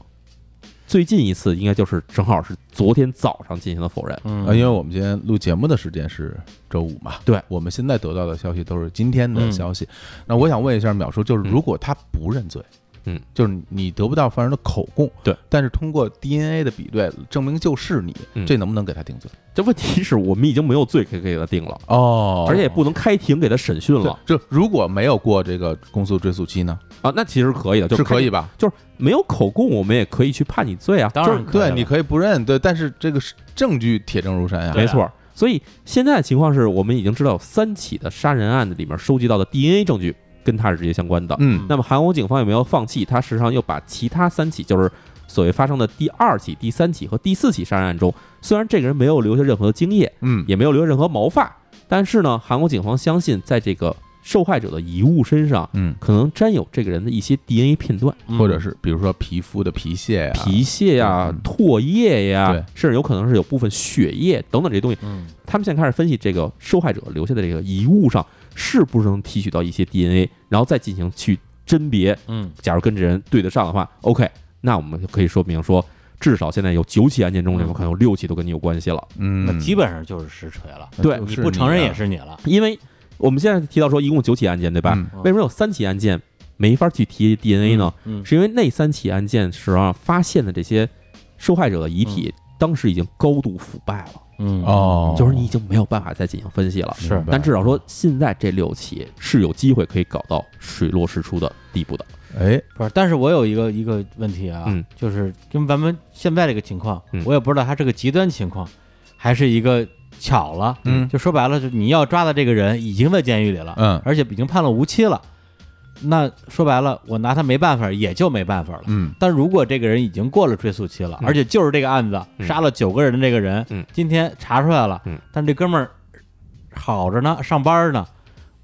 最近一次应该就是正好是昨天早上进行的否认。
嗯，
啊，因为我们今天录节目的时间是周五嘛，
对
我们现在得到的消息都是今天的
嗯
消息。那我想问一下淼叔，就是
嗯
如果他不认罪，
嗯，
就是你得不到犯人的口供，
对，
但是通过 DNA 的比对证明就是你，
嗯
这能不能给他定罪？
这问题是我们已经没有罪可以给他定了，
哦
而且也不能开庭给他审讯了
对，就如果没有过这个公诉追诉期呢，
啊。那其实可以的，就是开
可以，吧？
就是没有口供，我们也可以去判你罪啊。
当
就是
然可以
对，
了
你可以不认，对，但是这个是证据铁证如山呀。
没错。所以现在的情况是我们已经知道有三起的杀人案里面收集到的 DNA 证据跟他是直接相关的。
嗯，
那么韩国警方也没有放弃，他实际上又把其他三起，就是所谓发生的第二起、第三起和第四起杀人案中，虽然这个人没有留下任何的精液，
嗯，
也没有留下任何毛发，但是呢，韩国警方相信在这个受害者的遗物身上，
嗯，
可能沾有这个人的一些 DNA 片段，
嗯
或者是比如说皮肤的皮屑呀，
皮屑呀、
嗯
唾液呀、
啊对
甚至有可能是有部分血液等等这些东西。
嗯
他们现在开始分析这个受害者留下的这个遗物上是不是能提取到一些 DNA，然后再进行去甄别。
嗯
假如跟这人对得上的话，OK，那我们就可以说明说，至少现在有九起案件中，里面
嗯
可能有六起都跟你有关系了，
嗯，
那基本上就是实锤了，
那
对
就是
你不承认
啊
也是你了，
因为我们现在提到说一共九起案件，对吧？
嗯
嗯
为什么有三起案件没法去提 DNA 呢？
嗯，
是因为那三起案件时候发现的这些受害者的遗体，当时已经高度腐败了，
嗯，
哦，
就是你已经没有办法再进行分析了。
是
明白
但至少说，现在这六起是有机会可以搞到水落石出的地步的。
哎，
不是，但是我有一个一个问题啊，
嗯
就是跟咱们现在这个情况，
嗯
我也不知道他这个极端情况，还是一个巧了，
嗯
就说白了，就你要抓的这个人已经在监狱里了，
嗯
而且已经判了无期了，那说白了，我拿他没办法，也就没办法了。
嗯
但如果这个人已经过了追诉期了，
嗯
而且就是这个案子、
嗯
杀了九个人的这个人，
嗯
今天查出来了，
嗯
但这哥们儿好着呢，上班呢，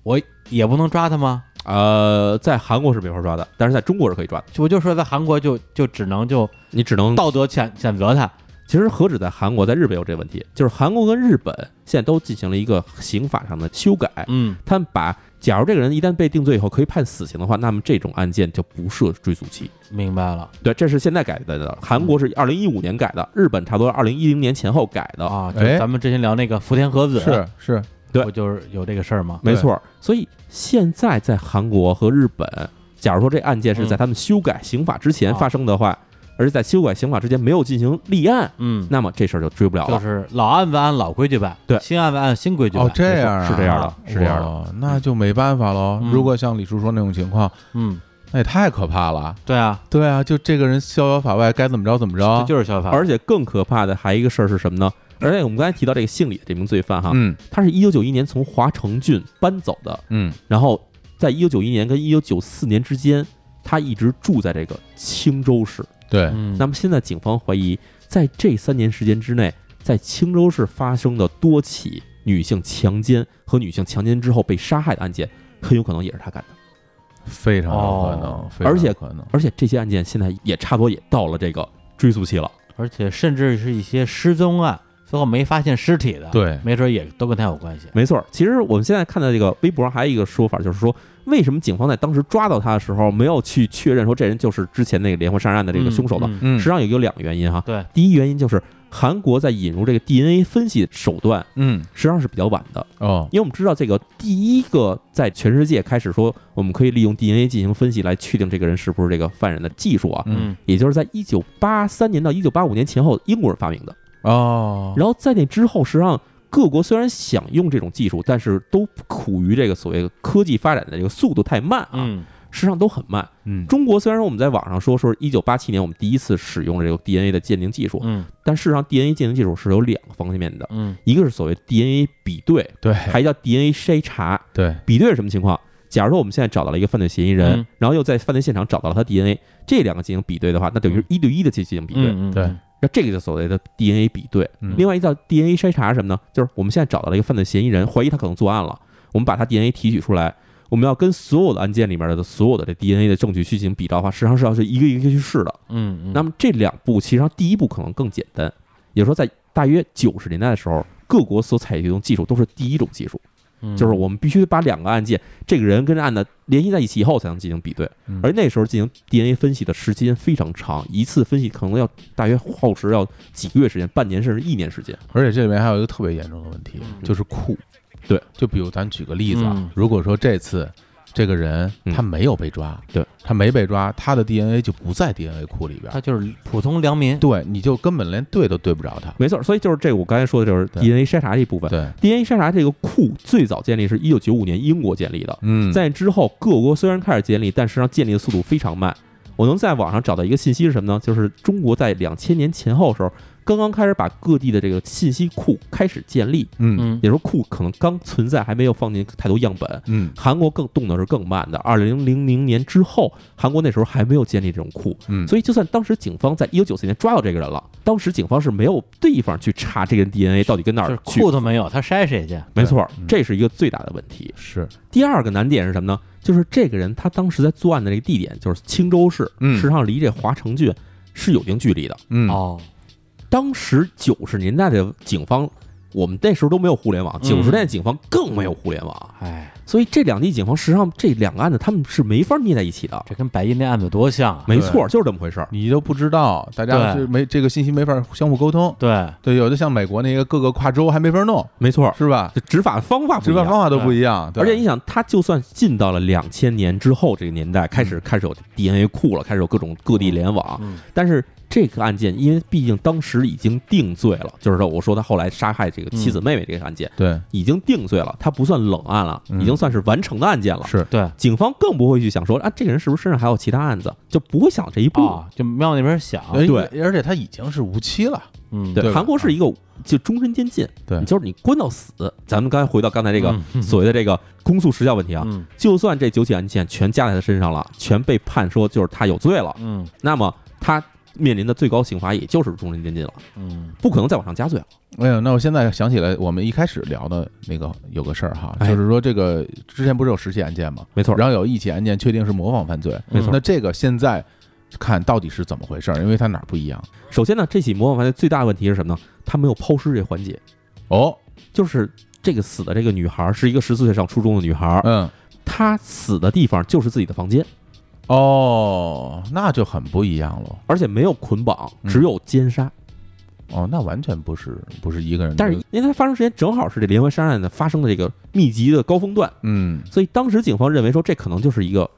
我也不能抓他吗？
呃，在韩国是没法抓的，但是在中国是可以抓的。
就我就说在韩国就就只能就
你只能
道德谴谴责
哎
他，
其实何止在韩国，在日本有这个问题，就是韩国跟日本现在都进行了一个刑法上的修改，
嗯
他们把假如这个人一旦被定罪以后可以判死刑的话，那么这种案件就不设追诉期。，
明白了
对，这是现在改的的，韩国是二零一五年改的，日本差不多二零一零年前后改的。
啊！就
哎
咱们之前聊那个福田和子，啊
是是，
哦对
不就是有这个事儿吗？
没错儿，所以现在在韩国和日本，假如说这案件是在
嗯
他们修改刑法之前
啊
发生的话，而是在修改刑法之前没有进行立案，
嗯，
那么这事儿就追不了
就
了。
是老案子按老规矩办，
对
新案子按新规矩办。
哦，这样啊
是这样的
哇
是这样的
那就没办法喽。
嗯
如果像李叔说那种情况，
嗯，
那也太可怕了。
对啊，
对啊，就这个人逍遥法外，该怎么着怎么
这
着。
就是小法，
而且更可怕的还一个事儿是什么呢？而且我们刚才提到这个姓李的这名罪犯哈，
嗯
他是一九九一年从华城郡搬走的，
嗯，
然后在一九九一年跟一九九四年之间，他一直住在这个青州市。
对，
嗯，
那么现在警方怀疑，在这三年时间之内，在青州市发生的多起女性强奸和女性强奸之后被杀害的案件，很有可能也是他干的。
非常有可
哦
能，非常
而且
有可能
而且这些案件现在也差不多也到了这个追溯期了。
而且甚至是一些失踪案，最后没发现尸体的，，
对
没准也都跟他有关系。
没错，其实我们现在看到这个微博上还有一个说法，就是说为什么警方在当时抓到他的时候没有去确认说这人就是之前那个连环杀人案的这个凶手呢？
嗯嗯
嗯
实际上有有两个原因哈。
对，
第一原因就是韩国在引入这个 DNA 分析手段
嗯
实际上是比较晚的，
哦
因为我们知道这个第一个在全世界开始说我们可以利用 DNA 进行分析来确定这个人是不是这个犯人的技术啊，
嗯
也就是在一九八三年到一九八五年前后英国人发明的。
啊
哦，
然后在那之后，实际上各国虽然想用这种技术，但是都苦于这个所谓科技发展的这个速度太慢啊，
嗯，
实际上都很慢。
嗯
中国虽然说我们在网上说说一九八七年我们第一次使用这个 DNA 的鉴定技术，
嗯
但事实上 DNA 鉴定技术是有两个方面的，
嗯
一个是所谓 DNA 比对，
对
哎
还叫 DNA 筛查。
对
比对是什么情况？假如说我们现在找到了一个犯罪嫌疑人，
嗯
然后又在犯罪现场找到了他 DNA，这两个进行比对的话，那等于是一对一的去进行比对。
嗯嗯，嗯
对，
那这个就所谓的 DNA 比对。
嗯
另外一叫 DNA 筛查是什么呢？就是我们现在找到了一个犯罪嫌疑人，怀疑他可能作案了，我们把他 DNA 提取出来，我们要跟所有的案件里面的所有的这 DNA 的证据去进行比照的话，实际上是要是一个一个去试的。
嗯嗯，
那么这两步，其实上第一步可能更简单，也就是说，在大约九十年代的时候，各国所采用的技术都是第一种技术，
嗯
就是我们必须把两个案件，这个人跟案的联系在一起以后，才能进行比对。
嗯
而那时候进行 DNA 分析的时间非常长，一次分析可能要大约耗时要几个月时间，半年甚至一年时间。
而且这里面还有一个特别严重的问题，
嗯
就是酷。
对，
就比如咱举个例子啊
嗯，
如果说这次这个人
嗯
他没有被抓，
对
他没被抓，他的 DNA 就不在 DNA 库里边
他，就是普通良民，
对，你就根本连对都对不着他。
没错，所以就是这个我刚才说的就是
对
DNA 筛查这一部分。
对，
DNA 筛查这个库最早建立是一九九五年英国建立的，
嗯，
在之后各国虽然开始建立，但实际上建立的速度非常慢。我能在网上找到一个信息是什么呢？就是中国在两千年前后的时候，刚刚开始把各地的这个信息库开始建立，
嗯
嗯
也就是库可能刚存在，还没有放进太多样本。
嗯
韩国更动的是更慢的，二零零零年之后，韩国那时候还没有建立这种库，
嗯，
所以就算当时警方在一九九四年抓到这个人了，当时警方是没有地方去查这个人 DNA 到底跟哪
就是
儿去，
裤都没有，他筛谁去？
没错
嗯，
这是一个最大的问题。
是
第二个难点是什么呢？就是这个人他当时在作案的这个地点就是青州市，
嗯
实际上离这华城郡是有一定距离的。
嗯
哦，
当时九十年代的警方，我们那时候都没有互联网，
嗯
九十年代警方更没有互联网，
哎，
所以这两地警方实际上这两个案子他们是没法捏在一起的。
这跟白银那案子多像啊！
没错，就是这么回事儿。
你都不知道，大家
对
是没这个信息没法相互沟通。
对，
对，有的像美国那个各个跨州还没法弄，
没错，
是吧？
这执法方法不
执
一
法
样。
方法都不一样，对
而且你想，他就算进到了两千年之后这个年代，开
嗯
始开始有 DNA 库了，开始有各种各地联网，
嗯
但是这个案件，因为毕竟当时已经定罪了，就是说我说他后来杀害这
嗯
个妻子妹妹这个案件、
对
已经定罪了，他不算冷案了，
嗯
已经算是完成的案件了。
是
对，
警方更不会去想说啊，这个人是不是身上还有其他案子，就不会想这一步。
啊
哦，就没往那边想，
而
对
而且他已经是无期了，
嗯，
对，
哎对吧
韩国是一个就终身监禁，
对
你就是你关到死。咱们刚才回到刚才这个
嗯
所谓的这个公诉时效问题啊，
嗯
就算这九起案件全加在他身上了，全被判说就是他有罪了，
嗯
那么他面临的最高刑罚也就是终身监禁了，
嗯，
不可能再往上加罪了。
哎呦，那我现在想起来，我们一开始聊的那个有个事儿哈，
哎
就是说这个之前不是有十起案件吗？
没错，
然后有一起案件确定是模仿犯罪，
没错
那这个现在看到底是怎么回事儿？因为它哪儿不一样？
首先呢，这起模仿犯罪最大的问题是什么呢？他没有抛尸这环节，
哦，
就是这个死的这个女孩是一个十四岁上初中的女孩，
嗯，
她死的地方就是自己的房间，
哦，那就很不一样了。
而且没有捆绑，
嗯
只有奸杀。
哦，那完全不是不是一个人的，
但是因为它发生时间正好是这连环杀人案的发生的这个密集的高峰段，
嗯
所以当时警方认为说这可能就是一个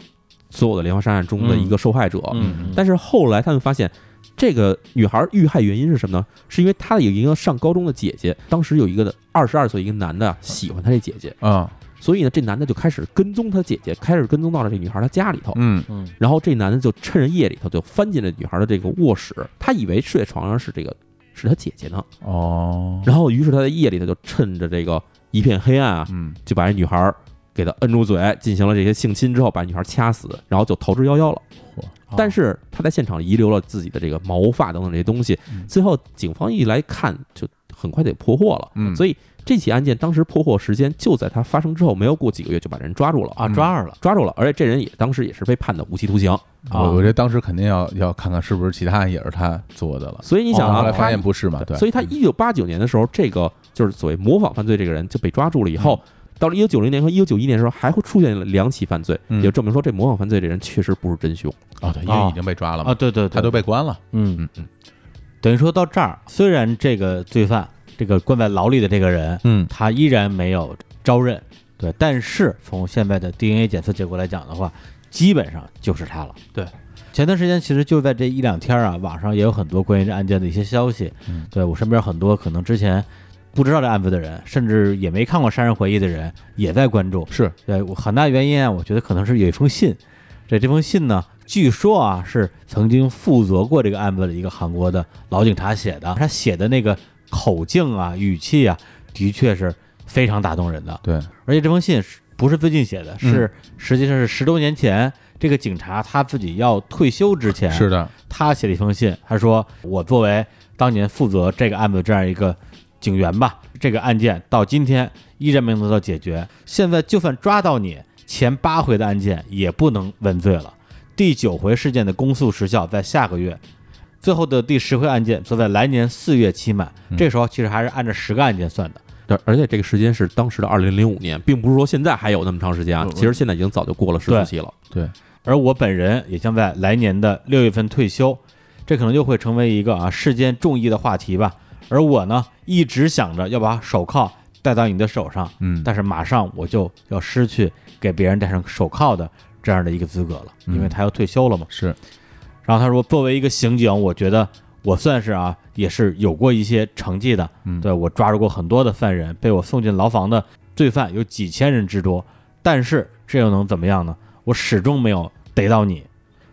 所有的连环杀人案中的一个受害者。
嗯，
但是后来他们发现，这个女孩遇害原因是什么呢？是因为她有一个上高中的姐姐，当时有一个二十二岁一个男的喜欢她这姐姐，
啊
所以呢，这男的就开始跟踪她姐姐，开始跟踪到了这女孩她家里头。
嗯
嗯
然后这男的就趁着夜里头就翻进了女孩的这个卧室，他以为睡在床上是这个是他姐姐呢。
哦，
然后于是他在夜里头就趁着这个一片黑暗啊，
嗯
就把这女孩给她摁住嘴，进行了这些性侵之后，把女孩掐死，然后就逃之夭夭了。
哦
但是他在现场遗留了自己的这个毛发等等这些东西
嗯，
最后警方一来看，就很快得破获了。
嗯
所以这起案件当时破获时间就在它发生之后没有过几个月就把人抓住了
啊，抓着了
抓住了，而且这人也当时也是被判的无期徒刑。
啊
嗯我我觉得当时肯定要要看看是不是其他也是他做的了。
所以你想
哦后
啊，
来发
他
现不是嘛？对，嗯
所以他一九八九年的时候，这个就是所谓模仿犯罪这个人就被抓住了以后，到了一九九零年和一九九一年的时候，还会出现了两起犯罪，
嗯
也就证明说这模仿犯罪这人确实不是真凶。
哦，对，因
啊
为已经被抓了嘛
啊，，对对对，
他都被关了。
嗯，
嗯
等于说到这儿，虽然这个罪犯，这个关在牢里的这个人，
嗯
他依然没有招认，对，但是从现在的 DNA 检测结果来讲的话，基本上就是他了。
对，
前段时间其实就在这一两天啊，网上也有很多关于这案件的一些消息。
嗯
对我身边很多可能之前不知道这案子的人，甚至也没看过《杀人回忆》的人，也在关注。
是
对我很大原因啊，我觉得可能是有一封信，这这封信呢，据说啊是曾经负责过这个案子的一个韩国的老警察写的，他写的那个口径啊、语气啊，的确是非常打动人的。
对，
而且这封信是不是最近写的，是
嗯
实际上是十多年前这个警察他自己要退休之前，
是的，
他写了一封信，他说：“我作为当年负责这个案子的这样一个警员吧，这个案件到今天依然没能得到解决。现在就算抓到你，前八回的案件也不能问罪了。第九回事件的公诉时效在下个月，最后的第十回案件则在来年四月期满。这时候其实还是按照十个案件算的。
对，而且这个时间是当时的二零零五年，并不是说现在还有那么长时间啊
嗯，嗯
其实现在已经早就过了试
对
诉期了。
对，
而我本人也将在来年的六月份退休，这可能就会成为一个啊世间众议的话题吧。而我呢，一直想着要把手铐戴到你的手上，
嗯，
但是马上我就要失去给别人戴上手铐的这样的一个资格了，
嗯
因为他要退休了嘛。
是
然后他说，作为一个刑警，我觉得我算是啊，也是有过一些成绩的。
嗯
对我抓住过很多的犯人，被我送进牢房的罪犯有几千人之多，但是这又能怎么样呢？我始终没有逮到你。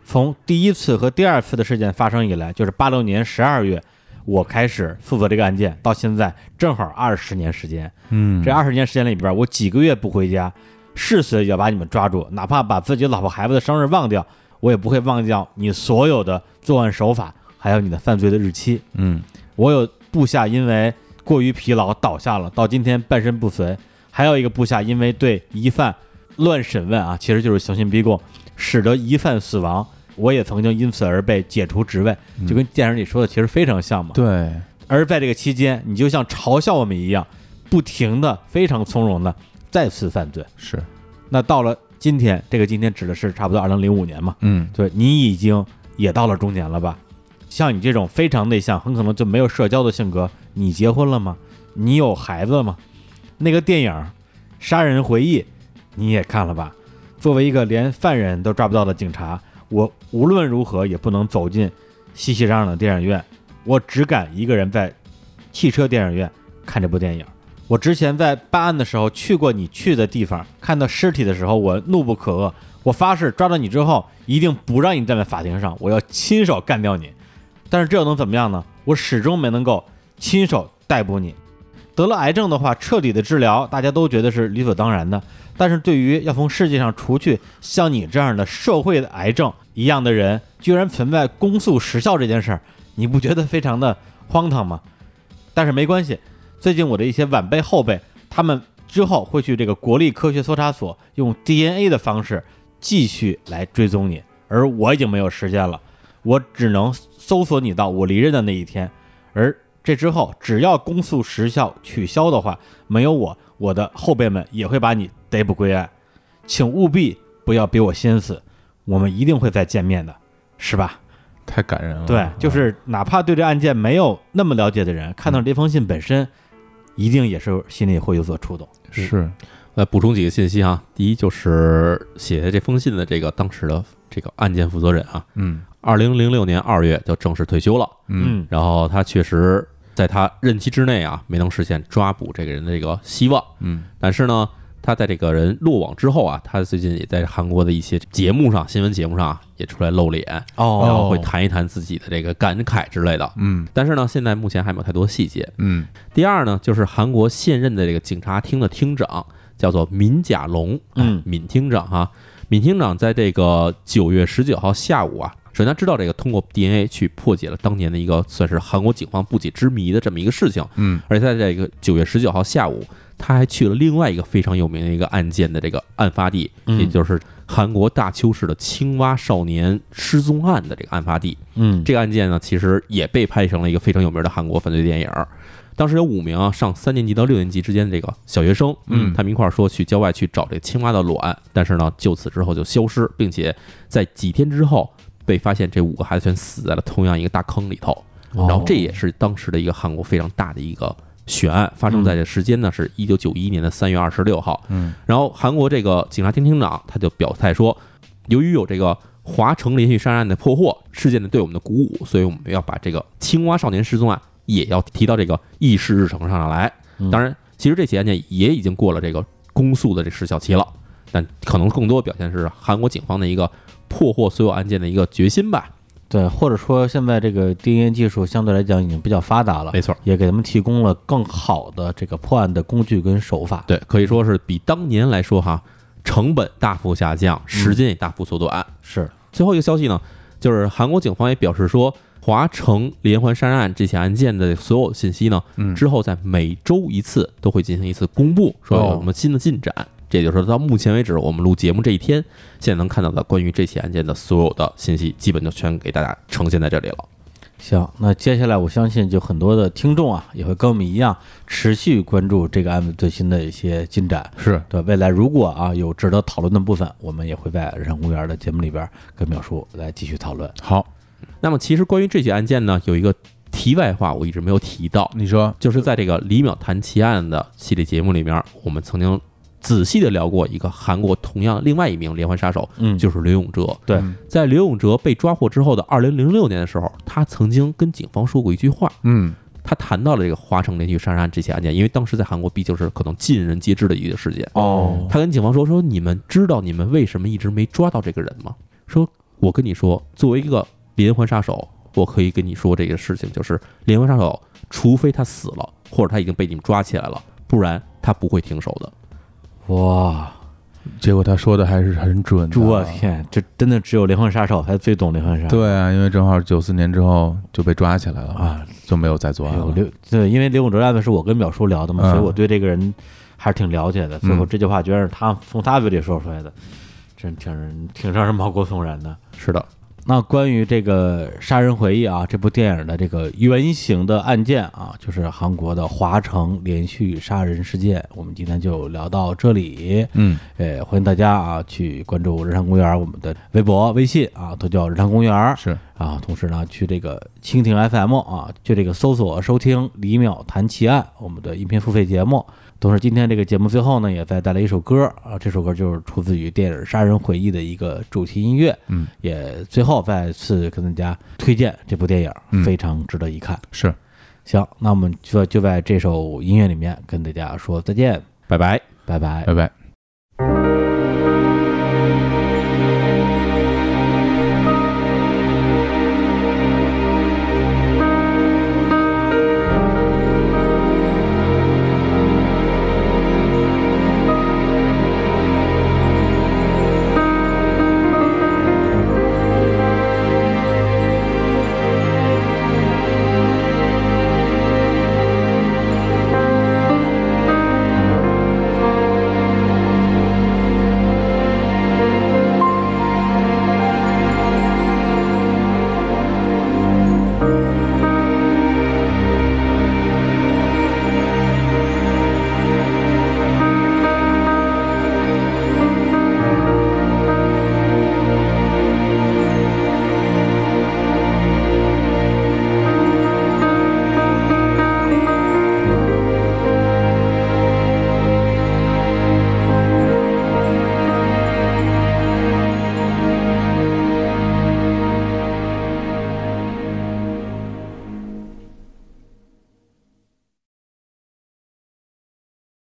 从第一次和第二次的事件发生以来，就是八六年十二月，我开始负责这个案件，到现在正好二十年时间。
嗯
这二十年时间里边，我几个月不回家，誓死也要把你们抓住，哪怕把自己老婆孩子的生日忘掉，我也不会忘掉你所有的作案手法，还有你的犯罪的日期。
嗯
我有部下因为过于疲劳倒下了，到今天半身不遂；还有一个部下因为对疑犯乱审问啊，其实就是刑讯逼供，使得疑犯死亡。我也曾经因此而被解除职位，就跟电影里说的其实非常像嘛。
对，
而在这个期间，你就像嘲笑我们一样，不停的、非常从容的再次犯罪。
是
那到了今天，这个今天指的是差不多二零零五年嘛？
嗯
对你已经也到了中年了吧？像你这种非常内向，很可能就没有社交的性格，你结婚了吗？你有孩子了吗？那个电影《杀人回忆》你也看了吧？作为一个连犯人都抓不到的警察，我无论如何也不能走进熙熙攘攘的电影院，我只敢一个人在汽车电影院看这部电影。我之前在办案的时候去过你去的地方，看到尸体的时候，我怒不可遏。我发誓，抓到你之后，一定不让你站在法庭上，我要亲手干掉你。但是这又能怎么样呢？我始终没能够亲手逮捕你。得了癌症的话，彻底的治疗，大家都觉得是理所当然的。但是对于要从世界上除去像你这样的社会的癌症一样的人，居然存在公诉时效这件事儿，你不觉得非常的荒唐吗？但是没关系，最近我的一些晚辈后辈，他们之后会去这个国立科学搜查所用 DNA 的方式继续来追踪你，而我已经没有时间了，我只能搜索你到我离任的那一天，而这之后，只要公诉时效取消的话，没有我，我的后辈们也会把你逮捕归案，请务必不要比我先死，我们一定会再见面的，是吧？
太感人
嗯
了。
对，就是哪怕对这案件没有那么了解的人，看到这封信本
嗯
身，一定也是心里会有所触动。
是
来补充几个信息啊，第一就是写这封信的这个当时的这个案件负责人啊，
嗯
二零零六年二月就正式退休了，
嗯
然后他确实在他任期之内啊没能实现抓捕这个人的这个希望，
嗯
但是呢，他在这个人落网之后啊，他最近也在韩国的一些节目上、新闻节目上啊也出来露脸，然
哦
后会谈一谈自己的这个感慨之类的。
嗯
但是呢，现在目前还没有太多细节。
嗯
第二呢，就是韩国现任的这个警察厅的厅长叫做闵甲龙，
嗯
闵厅长哈、闵厅长在这个九月十九号下午啊，首先他知道这个通过 DNA 去破解了当年的一个算是韩国警方不解之谜的这么一个事情，
嗯
而且在这个九月十九号下午，他还去了另外一个非常有名的一个案件的这个案发地，
嗯
也就是韩国大邱市的青蛙少年失踪案的这个案发地。
嗯
这个案件呢，其实也被拍成了一个非常有名的韩国犯罪电影儿。当时有五名啊上三年级到六年级之间的这个小学生，
嗯
他们一块儿说去郊外去找这青蛙的卵，但是呢，就此之后就消失，并且在几天之后被发现这五个孩子全死在了同样一个大坑里头。
哦
然后这也是当时的一个韩国非常大的一个悬案，发生在这时间呢是一九九一年的三月二十六号。
嗯，
然后韩国这个警察厅厅长他就表态说，由于有这个华城连续杀人案的破获事件呢对我们的鼓舞，所以我们要把这个青蛙少年失踪案也要提到这个议事日程上来
嗯。
当然，其实这起案件也已经过了这个公诉的这时效期了，但可能更多表现是韩国警方的一个破获所有案件的一个决心吧。
对，或者说现在这个 DNA 技术相对来讲已经比较发达了，
没错，
也给他们提供了更好的这个破案的工具跟手法。
对，可以说是比当年来说哈，成本大幅下降，
嗯
时间也大幅缩短。
是，
最后一个消息呢，就是韩国警方也表示说，华城连环杀人案这起案件的所有信息呢，
嗯
之后在每周一次都会进行一次公布，说有
哦
什么新的进展。这也就是说，到目前为止，我们录节目这一天，现在能看到的关于这起案件的所有的信息，基本就全给大家呈现在这里了。
行，那接下来我相信就很多的听众啊，也会跟我们一样持续关注这个案子最新的一些进展。
是
对，未来如果啊有值得讨论的部分，我们也会在人公园的节目里边跟淼叔来继续讨论。
好，
那么，其实关于这起案件呢，有一个题外话，我一直没有提到，
你说
就是在这个李淼谈奇案的系列节目里面，我们曾经仔细的聊过一个韩国同样另外一名连环杀手，
嗯
就是刘永哲。
对
嗯
在刘永哲被抓获之后的二零零六年的时候，他曾经跟警方说过一句话，
嗯
他谈到了这个华城连续杀人案这起案件，因为当时在韩国毕竟是可能尽人皆知的一个事件。
哦，
他跟警方说：“说你们知道你们为什么一直没抓到这个人吗？”说：“我跟你说，作为一个连环杀手，我可以跟你说这个事情，就是连环杀手，除非他死了，或者他已经被你们抓起来了，不然他不会停手的。
哇，
结果他说的还是很准的，
我天，这真的只有连环杀手才最懂连环杀手。
对啊，因为正好九四年之后就被抓起来了
啊，
就没有再作
哎
案
呦
了。
刘对，因为刘永哲案子是我跟淼叔聊的嘛，
嗯
所以我对这个人还是挺了解的。最后
嗯
这句话居然是他从他嘴里说出来的，真挺挺让人毛骨悚然的。”
是的，
那关于这个《杀人回忆》啊，这部电影的这个原型的案件啊，就是韩国的华城连续杀人事件，我们今天就聊到这里。
嗯，
呃，欢迎大家啊去关注日常公园我们的微博、微信啊，都叫日常公园。
是
啊，同时呢，去这个蜻蜓 FM 啊，去这个搜索收听李淼谈奇案我们的音频付费节目。同时，今天这个节目最后呢，也再带来一首歌啊，这首歌就是出自于电影《杀人回忆》的一个主题音乐。
嗯，
也最后再次跟大家推荐这部电影，
嗯
非常值得一看。
是，
行，那我们就就在这首音乐里面跟大家说再见，
拜拜。
拜拜
拜。拜。